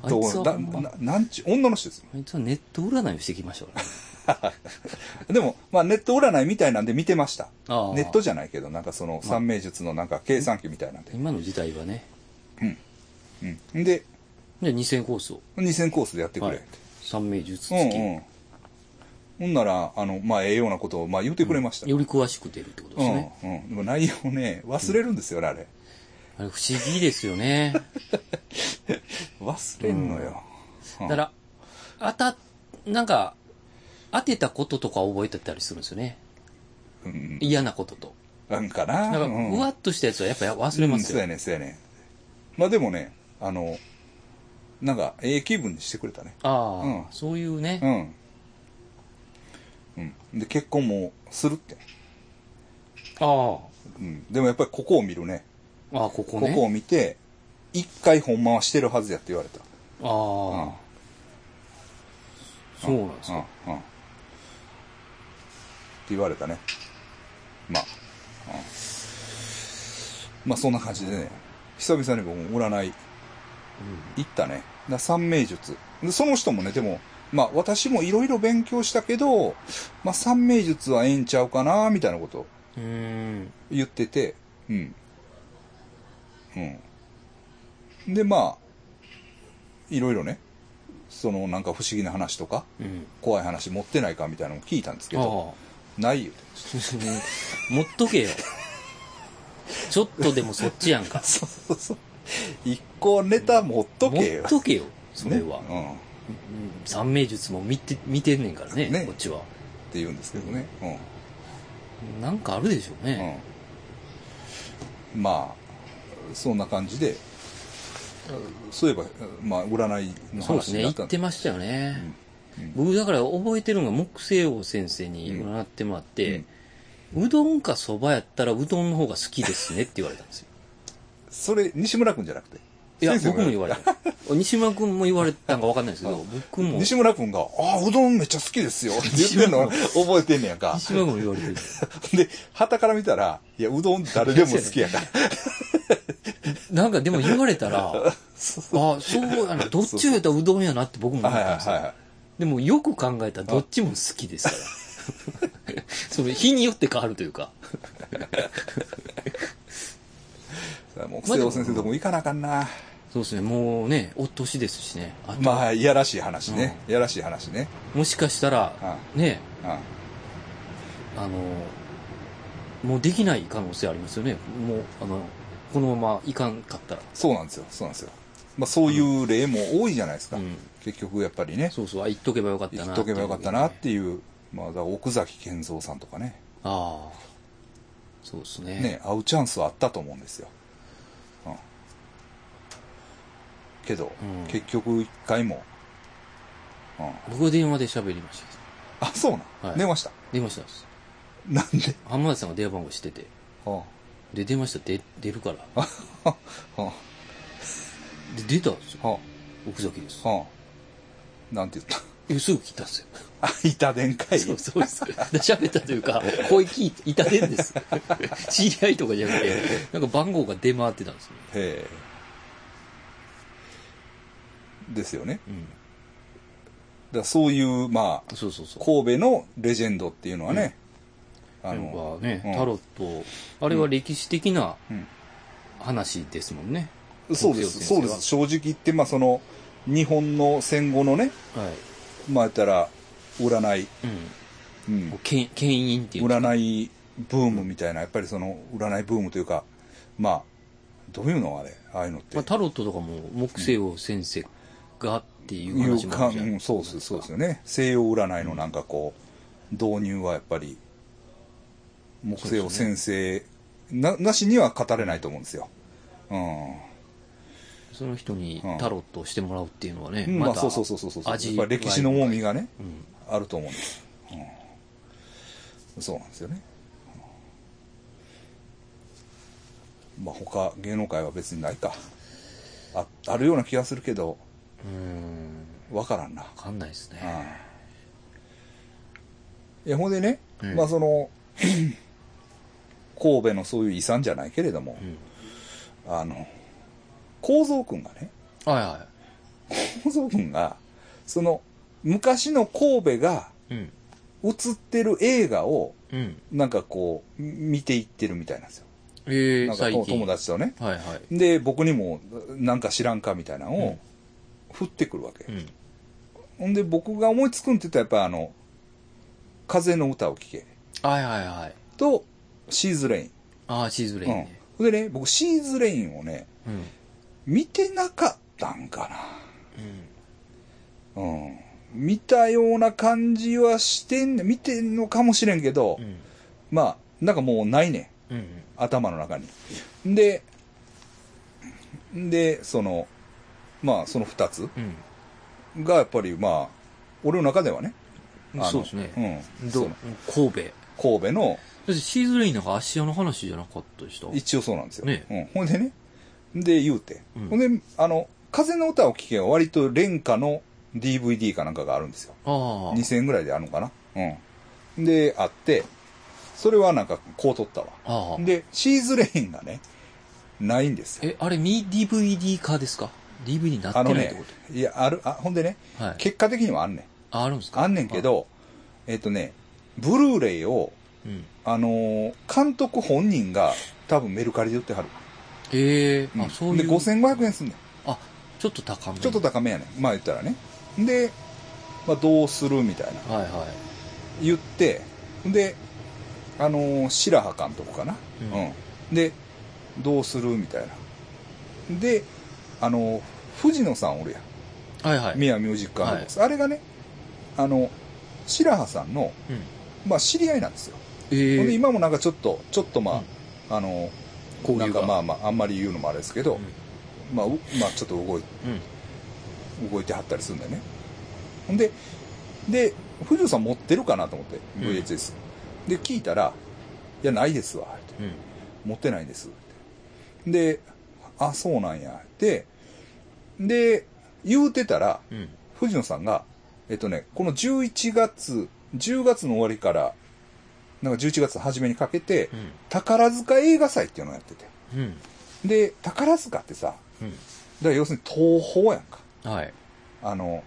あどいつうはな、ほんま、ななんちゅう、女の人ですよ。あいつはネット占いをしてきましたからね。でも、まあ、ネット占いみたいなんで見てました。ああネットじゃないけど、なんかその三名術のなんか計算機みたいなんで。今の時代はね。うん。で、じゃあ2000コースを。 2000コースでやってくれって。三名術付き。うんうん。ほんなら、あの、まあ、ええようなことを、まあ、言ってくれました。より詳しく出るってことですね。うん、うん。でも内容ね、忘れるんですよね、あれ。あれ不思議ですよね。忘れんのよ。だから、当た、なんか、当てたこととか覚えてたりするんですよね。うん。嫌なことと。なんかな。なんか、うんうわっとしたやつはやっぱ忘れますうん、そうよや。ねんそうやねんまあでもねあのなんかええ気分にしてくれたねあうんあ、そういうね。うん、うん、で結婚もするって、あうん、でもやっぱりここを見るねあ。ああ、こここね。こを見て一回ほんまはしてるはずやって言われたああ、そうなんですうんか。うんって言われたねまあ、うん、まあそんな感じでね久々に僕も占い行ったね。だ三名術。でその人もね、でも、まあ私もいろいろ勉強したけど、まあ三名術はええんちゃうかな、みたいなことうん。うん。言ってて、うん。うん。で、まあ、いろいろね、そのなんか不思議な話とか、うん。怖い話持ってないかみたいなのも聞いたんですけああ。 ど、ないよ。持っとけよ。ちょっとでもそっちやんか。そうそうそう。一個ネタ持っとけ持よっ。とけよ、それは。ねうん。うん三名術も見て、見てんねんからね、ねこっちは。って言うんですけどね。うん。なんかあるでしょうね。うん、まあそんな感じでそういえば、まあ、占いのそうです話になね、言ったっんてでましたよね。うんうん僕、だから覚えてるのが木星王先生に占ってもらって、うどんかそばやったらうどんの方が好きですねって言われたんですよ。それ西村君じゃなくていや、先生僕も言われた。 西村君も言われたんかわかんないですけど、僕も、西西村君が、ああ、うどんめっちゃ好きですよって言ってん の覚えてんねやんか。村君も言われてる。で、旗から見たら、いや、うどん誰でも好きや から。なんかでも言われ たら、あ、そうやな、どっちを言ったらうどんやなって僕も思っはいたんはですいよ。はでもよく考えたらどっちも好きですから。 その日によって変わるというか。いはい。もう、瀬尾先生とこも行かなあかんな。そうですね、もうね、お年ですしね。あとまあ、いやらしい話ね。いやらしい話ね。もしかしたら、ね、うんあの、もうできない可能性ありますよね。もう、あの、このままいかんかったら。そうなんですよ。そうなんですよ。まあ、そういう例も多いじゃないですか。うん結局、やっぱりね。そうそう、あ、言っとけばよかったな言っっていとうけばよかったなっていう。まあ、だから奥崎健三さんとかね。ああ。そうですね。ね、会うチャンスはあったと思うんですよ。うん。けど、うん結局一回も。うん。僕は電話で喋りましたけど。あ、そうなん。はい出ました。電話したんです。なんで。浜田さんが電話番号知ってて。うん。うんで、電話したら出出るから。うんで、出たんですよ。うん奥崎です。うん。なんて言った。 えすぐ聞いたんですよ。あ、板電かい。そうそう です。で喋ったというか、声聞いて、いたで んです。知り合いとかじゃなくて、なんか番号が出回ってたんですよ。へえ。ですよね。うん。だからそういう、まあ、そうそうそう。神戸のレジェンドっていうのはね、あやの、っぱねうん、タロット、あれは歴史的なうん話ですもんね。そうです、北そう斗で先す。正直言って、まあその、日本の戦後のね、生は。はい。まあ言ったら、占い、う。うん、こうんけん、 牽引っていうか。占いブームみたいな、やっぱりその、占いブームというか、まあ、どういうのあれ、ああいうのって。まあ、タロットとかも木星王先生がっていいう話うもあか、るじゃんうんそうです、そうですよね。西洋占いのなんかこう、導入はやっぱり、木星を先生、な、なしには語れないと思うんですよ。うん。その人にうんタロットをしてもらうっていうのはね、うんまあ、またそうそうそうそうそうそう。味やっぱり歴史の重みがね、うんあると思うんです。うん、そうなんですよね。うんまあ、他、芸能界は別にないか。あ、あるような気がするけど、うーんわからんな。わかんないですねいや、ほんでね、うんまあその、 神戸のそういう遺産じゃないけれどもう、んあの、構造君がね、はいは構造君が、その、昔の神戸がいうん映ってる映画を、うんなんかこう、見ていってるみたいなんですよ。えなー、んか最と近友達とね。はいはいで、僕にも、なんか知らんかみたいなのうをん、振ってくるわけう。んほんで、僕が思いつくんって言ったら、やっぱあの、風の歌を聴け。はいはいはいと、シーズレイン。ああシーズレインねうん。でね、僕、シーズレインをね、うん、うん見てなかったんかな。うん。見たような感じはしてんね、見てんのかもしれんけど、うんまあ、なんかもうないねうんん。頭の中に。で、で、その、まあ、その二つうんが、やっぱり、まあ、俺の中ではね。うんあのそうですね、うん。どそうの神戸だ神戸の、ってシーズレインなんか芦屋の話じゃなかったでした一応そうなんですよ。ねうん、ほんでね、で言うて、うんほんで、あの、風の歌を聴けば割と廉価の DVD かなんかがあるんですよ。ああ2000円ぐらいであるのかな。うん。で、あって、それはなんかこう取ったわ。ああで、シーズレインがね、ないんですよ。えあれミ DVD 化ですか DVD になっあのてないってねこ、いや、ある、あ、ほんでね、とはい結果的にはあんねん。ああるんですかあんねんけ、ど、えっとね、ブルーレイを、うん、あのー監督本人が多分メルカリで売ってはる。ええうんあそういうで、5500円すんねん。あちょっと高めちょっと高めやねん。まあ言ったらね。で、まあどうするみたいな。はいはい言って、で、あのー白羽監督かな。うんうん。で、どうするみたいな。で、あのー藤野さんおるやん。はいはいミヤミュージックアンドボックスあれがね、あの、白羽さんの、うん、まあ知り合いなんですよ。えほんでー、今もなんかちょっと、ちょっとまあ、うんあのー交流がなんかまあまあ、あんまり言うのもあれですけど、まあ、うまあちょっと動いて、うん、うん動いてはったりするんだよねほんでで藤野さん持ってるかなと思ってうん VHS、で聞いたら「いやないですわ」ってうん持ってないんです」ってで「あそうなんや」でで、言うてたら、うん。藤野さんが、えっとね、この11月、10月の終わりから、なんか11月の初めにかけて、うん。宝塚映画祭っていうのをやってて。うん。で、宝塚ってさ、だかうら要するに東宝やんか。ん。はい。あの、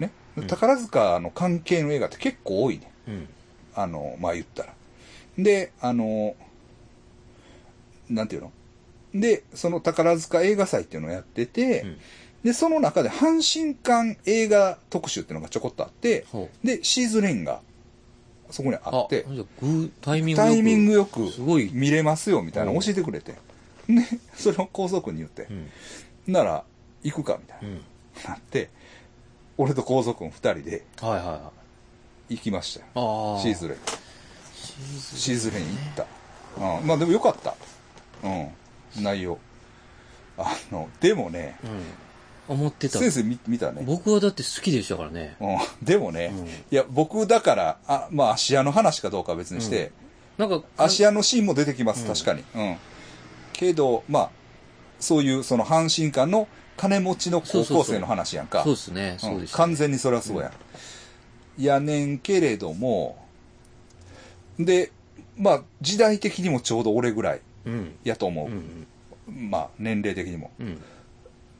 ねうん、宝塚の関係の映画って結構多いね。うん。あの、まあ言ったら。で、あの、なんていうので、その宝塚映画祭っていうのをやってて、うんで、その中で阪神館映画特集っていうのがちょこっとあって、ほう。で、シーズレンがそこにあって、じゃあ、ぐタイミングよくタイミングよくすごい。見れますよみたいなの教えてくれて、で、それを高速に言ってう、ん。。なら行くかみたいうなんなって、俺と高速君二人ではいはいはい。行きましたよ。ああ。シーズレン。シーズシーズン編行った、うん、まあでもよかった、うん、内容あのでもねうん。思ってた。先生見見たね、僕はだって好きでしたからね。うん、でもね、うんいや僕だからあまあ芦屋の話かどうかは別にしてなんか、芦屋、のシーンも出てきます、うん確かに、うん、けどまあそういうその阪神間の金持ちの高校生の話やんかそうですね。そううんでした。完全にそれはそうや、ん、やねんけれどもでまあ時代的にもちょうど俺ぐらいうん。やと思うう、ん。まあ年齢的にもうん。うん。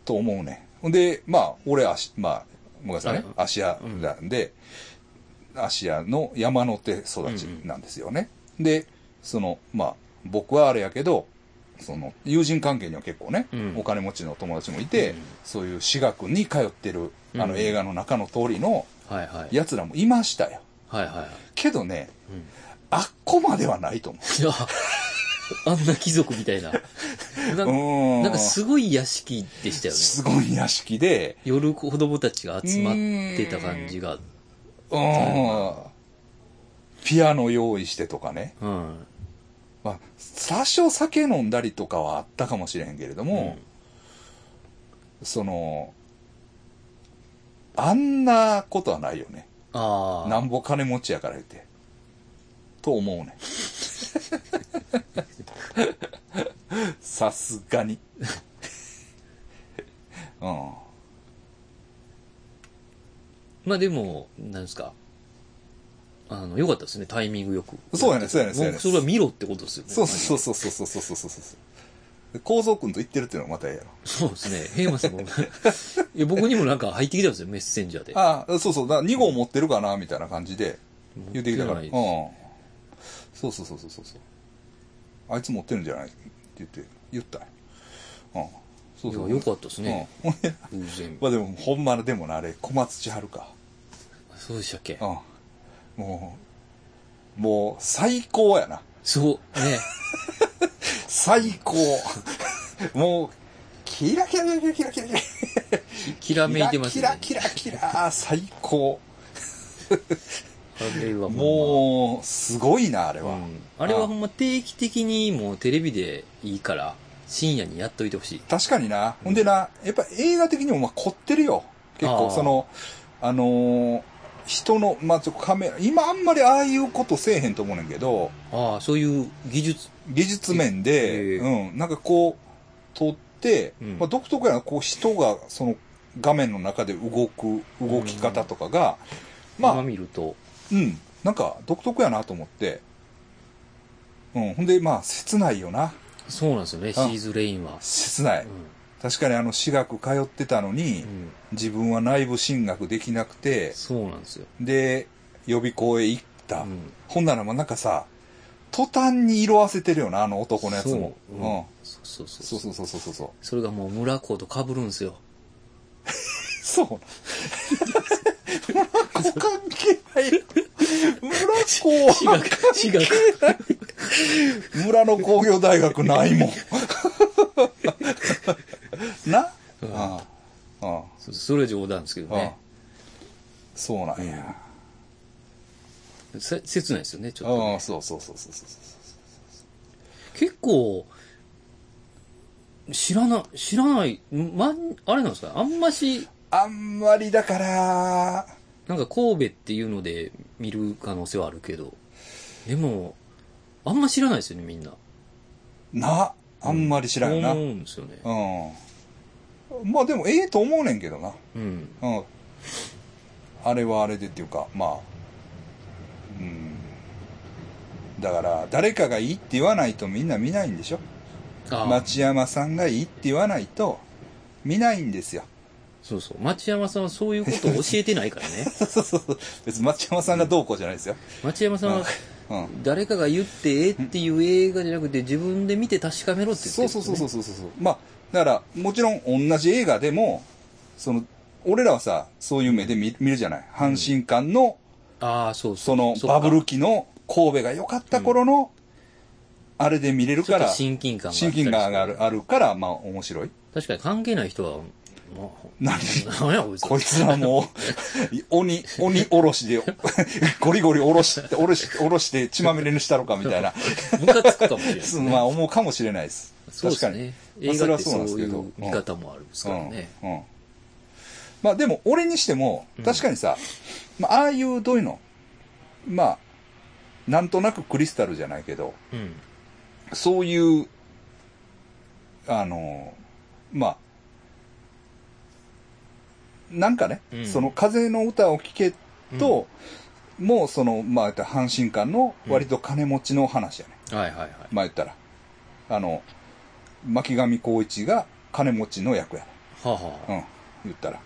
と思うねほんでまあ俺足まあごめんなさいね芦屋なんで芦屋、の山の手育ちなんですよね、でそのまあ僕はあれやけどその友人関係には結構ね、うんお金持ちの友達もいて、うんそういう私学に通ってるあうのん映画の中の通りのはいはい。やつらもいましたよはいはいはい。 けどねうん。あっこまではないと思ういや、あんな貴族みた いな。なうーんなんかすごい屋敷でしたよね。すごい屋敷で夜子供たちが集まってた感じが。うんピアノ用意してとかね。うん。まあ、多少酒飲んだりとかはあったかもしれへんけれども、その、あんなことはないよね。ああ。なんぼ金持ちやから言って。と思う ね。さすが に。うん。まあでも、なんですか。あの、良かったですね、タイミングよく。そうやねそうやねそうやねもそれは見ろってことですよね。そうそうそうそうそうそうそうそう。構造君と言ってるっていうのがまたええやろ。そうですね。平馬さ んも。いや、僕にもなんか入ってきたんですよ、メッセンジャーで。ああ、そうそう、だ2号持ってるかなみたいな感じで言ってきたから。う持っんてないで。そうそうそうそうそう。あいつ持ってるんじゃないって言って、言ったんや。うん。そうすそ。いうや、良かったですね。うん。ほんで偶然。まあでも、ほんまでもな、あれ、小松千春か。そうでしたっけうん。もう、もう、最高やな。そう、ね。最高。 もう、キラキラキラキラキラキラ。きらめいてますキね。ラキラキラキラ、最高。あれはう、もう、すごいな、あれうは。んあれはほんま定期的にもうテレビでいいから、深夜にやっといてほしい。確かにな。ほんでな、やっぱ映画的にもまあ凝ってるよ。結あ構、ーその、あのー人の、まあ、ちょっとカメラ、今あんまりああいうことせえへんと思うねんけど、ああ、そういう技術。技術面えで、えうん、なんかこう、撮って、うんまあ、独特やな、こう人が、その、画面の中で動く、動き方とかが、まあ今、見ると。うん、なんか独特やなと思って、うん、ほんで、まあ、切ないよな。そうなんですよね、シーズレインは。切ない。確かにあの、私学通ってたのに、うんうん自分は内部進学できなくて、そうなんですよ。で、予備校へ行った。うんほんならもうなんかさ、途端に色あせてるよな、あの男のやつも。そううんうんそうそうそうそうそうそうそうそうそう。それがもう村子と被るんですよ。そう。村子関係ない。 村私学、私学。子、村の工業大学ないもん。 な、うんああああそうそれは冗談ですけどああね。そうなんや。せ切ないですよね、ちょっとあねあ、。そうそうそうそうそうそう。結構、知らな、知らない、まん、あれなんですかあんまし、あんまりだから、なんか神戸っていうので見る可能性はあるけど、でも、あんま知らないですよね、みんな。な、あんまり知らんな。う思ん。うんですよね。まあでもええと思うねんけどな。うん。うん。あれはあれでっていうか、まあ。うん。だから、誰かがいいって言わないとみんな見ないんでしょあ町山さんがいいって言わないと見ないんですよ。 そうそう。町山さんはそういうことを教えてないから ね。そうそうそう。別に町山さんがどうこうじゃないですよ。町山さんは、うん。誰かが言ってええっていう映画じゃなくて、自分で見て確かめろって言ってそうる、そうそうそうう。そうそう。まあ、だから、もちろん同じ映画でも、その、俺らはさ、そういう目で見見るじゃない。阪神間の、ああ、そうそ。そうのそっかバブル期の神戸が良かった頃の、あれで見れるちょかっとら、親近感があったりして親近感があるあるから、まあ面白い。 確かに関係ない人は、まあ、何何やこいつ。こいつはもう、鬼、鬼おろしで、 ゴリゴリおろして、おろし、おろして血まみれにしたのかみたい な、ムカつくかも しれない、そうまあ思うかもしれないです。そうで確かすに。まね。あ映それ画はってそうそなんうですけいどう見方もあるんですからね。うんうんまあでも俺にしてもうん確かにさ、まあああいうどういうのまあなんとなくクリスタルじゃないけどうん。そういうあのまあなんかね、うんその風の歌を聴けと、もうそのまあ言ったら阪神間の割と金持ちの話やね、はいはいはい。まあ言ったらあの巻上光一が金持ちの役やねはあ、はあ。うん、言ったら。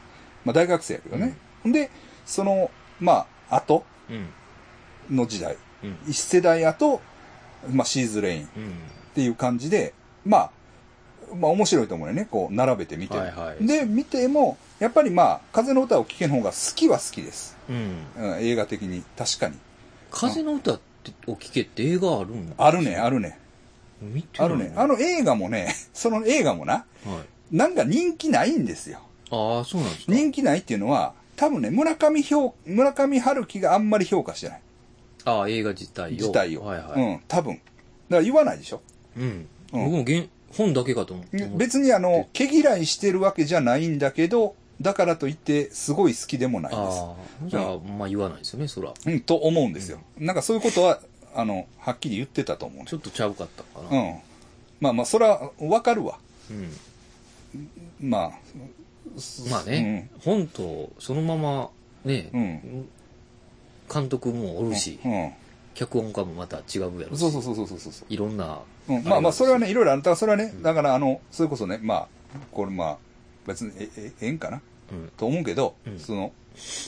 まあ、大学生やけどね。ほんで、その、まあ、後うん。の時代、うん。一世代後、まあ、シーズレインっうん。ていう感じで、まあ、まあ、面白いと思うよね。こう、並べて見てる。はいはいで、見ても、やっぱりまあ、風の歌を聴ける方が好きは好きです。うん。うん、映画的に。確かに。風の歌ってを聞けって映画あるんあるね、あるね。見てなあいるね。あの映画もね、 その映画もな、はい。なんか人気ないんですよ。ああ、そうなんですか。人気ないっていうのは、多分ね、村上評、村上春樹があんまり評価してない。ああ、映画自体を。自体を。はいはうん、多分。だから言わないでしょ。い。うん。うん僕も原本だけかと思って。別にあの、毛嫌いしてるわけじゃないんだけど、だからといって、すごい好きでもないでああ、じゃあ、まあ言わないですよね、そら。す。うん、と思うんですよ。なんかそういうことは、あの、はっきり言ってたと思うねち。ょっとちゃうかったかうな。ん。まあまあ、それはわかるわ。うん。まあ、まあね、本とそのまま、ね、うん監督もおるし、う脚本家もまた違うやろん。し、そうそうそうそうそうそう。いろんな、うん、まあまあ、それはね、ね、いろいろある。だからそれはねう、んだからあの、それこそね、まあ、これまあ、別に、え、え、ええんかなうんと思うけど、うんその、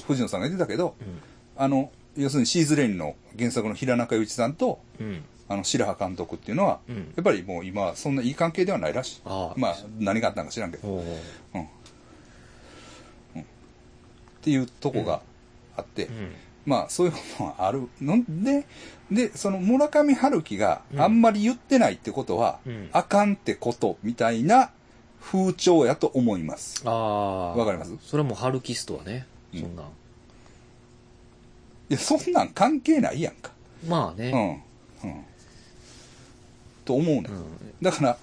藤野さんが言ってたけど、うんあの、要するにシーズレインの原作の平中祐一さんと、うん、あの、白羽監督っていうのは、うんやっぱりもう今、そんないい関係ではないらしい。ああまあ、何があったんか知らんけど。おーうん。うん。っていうとこがあって、うん、まあ、そういうことはあるので、で、その村上春樹があんまり言ってないってことは、うんあかんってことみたいな風潮やと思います。ああ、わかりますそれはもうハルキストはね、うんそんな、いや、そんなん関係ないやんか。まあうね、ん。うん。と思うね。うん、だから、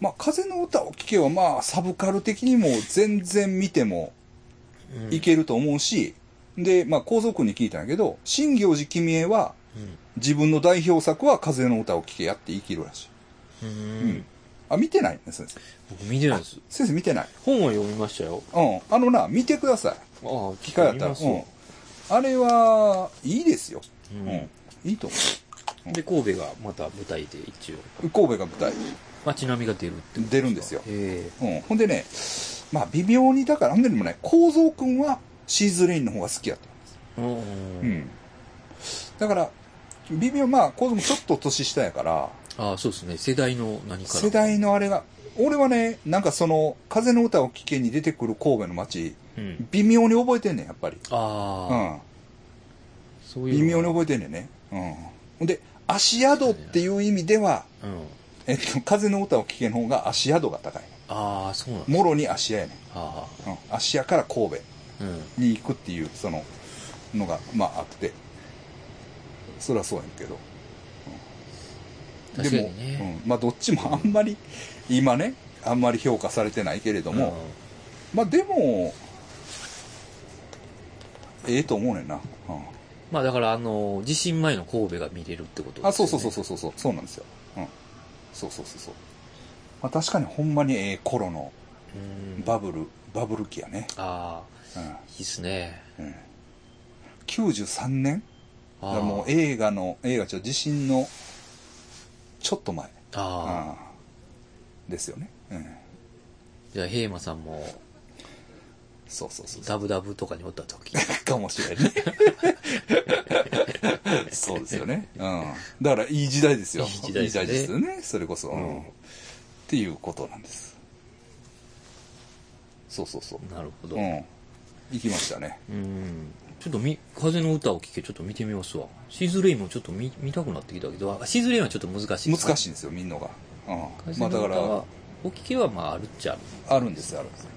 まあ、風の歌を聴けば、まあ、サブカル的にも全然見てもうんいけると思うし、で、まあ、皇族に聞いたんやけど、新行寺君江は、うん自分の代表作は風の歌を聴けやって言い切るらしい。うんうんあ、見てないね、先生。僕見てないです。先生見てない。本は読みましたよ。うん。あのな、見てください。ああ、機会あったら。うん。あれは、いいですよ。ううんん。いいと思うんで、神戸がまた舞台で一応、う。神戸が舞台、街並みが出るって。出るんですよ。えうん。ほんでね、まあ、微妙に、だから、ほんでもね、構造くんはシーズレインの方が好きやと。えううんん。だから、微妙、まあ、構造もちょっと年下やから、ああ、そうですね。世代の何かな世代のあれが、俺はね、なんかその、風の歌を聴けに出てくる神戸の街、うん。微妙に覚えてんねん、やっぱり。あうあ、ん。そういう微の妙に覚えてんねんね。うん。ほんで、足宿っていう意味では、うん。えっと、風の歌を聴けん方が足宿が高い。ああ、そうなんだ。もろに足屋やねん。あうん。足屋から神戸あ、うん。に行くっていう、その、のが、まああって。そりゃそうやんけど。確かにでね。も、うん、まあどっちもあんまり、今ね、あんまり評価されてないけれども、まあでも、ええと思うねんな。うんうんまあだから、あの、地震前の神戸が見れるってことですよねあ、そうそうそうそうそうそう、そうなんですよ。うん。そうそうそうそう。まあ確かにほんまにええ頃のううんバブルバブル期やね、ああ、うんいいっすね。うん、93年だあからあ、もう映画の映画ちょ地震のちょっと前ああ、うんですよね、うん、じゃあ、平馬さんも、そうそうそうダブダブとかにおった時。かもしれない ねそうですよね、うん、だからいい時代ですよいい時代ですねよねそれこそ、うんうんっていうことなんですそうそうそうなるほど。ううん行きましたねん。ちょっとみ、風の歌を聴け、ちょっと見てみますわ。シーズレインもちょっと見見たくなってきたけど、あシーズレインはちょっと難しいですね。難しいんですよみんなが、うん、風まあのだ歌かはらお聞けはまああるっちゃある。あるんですよあるんですよ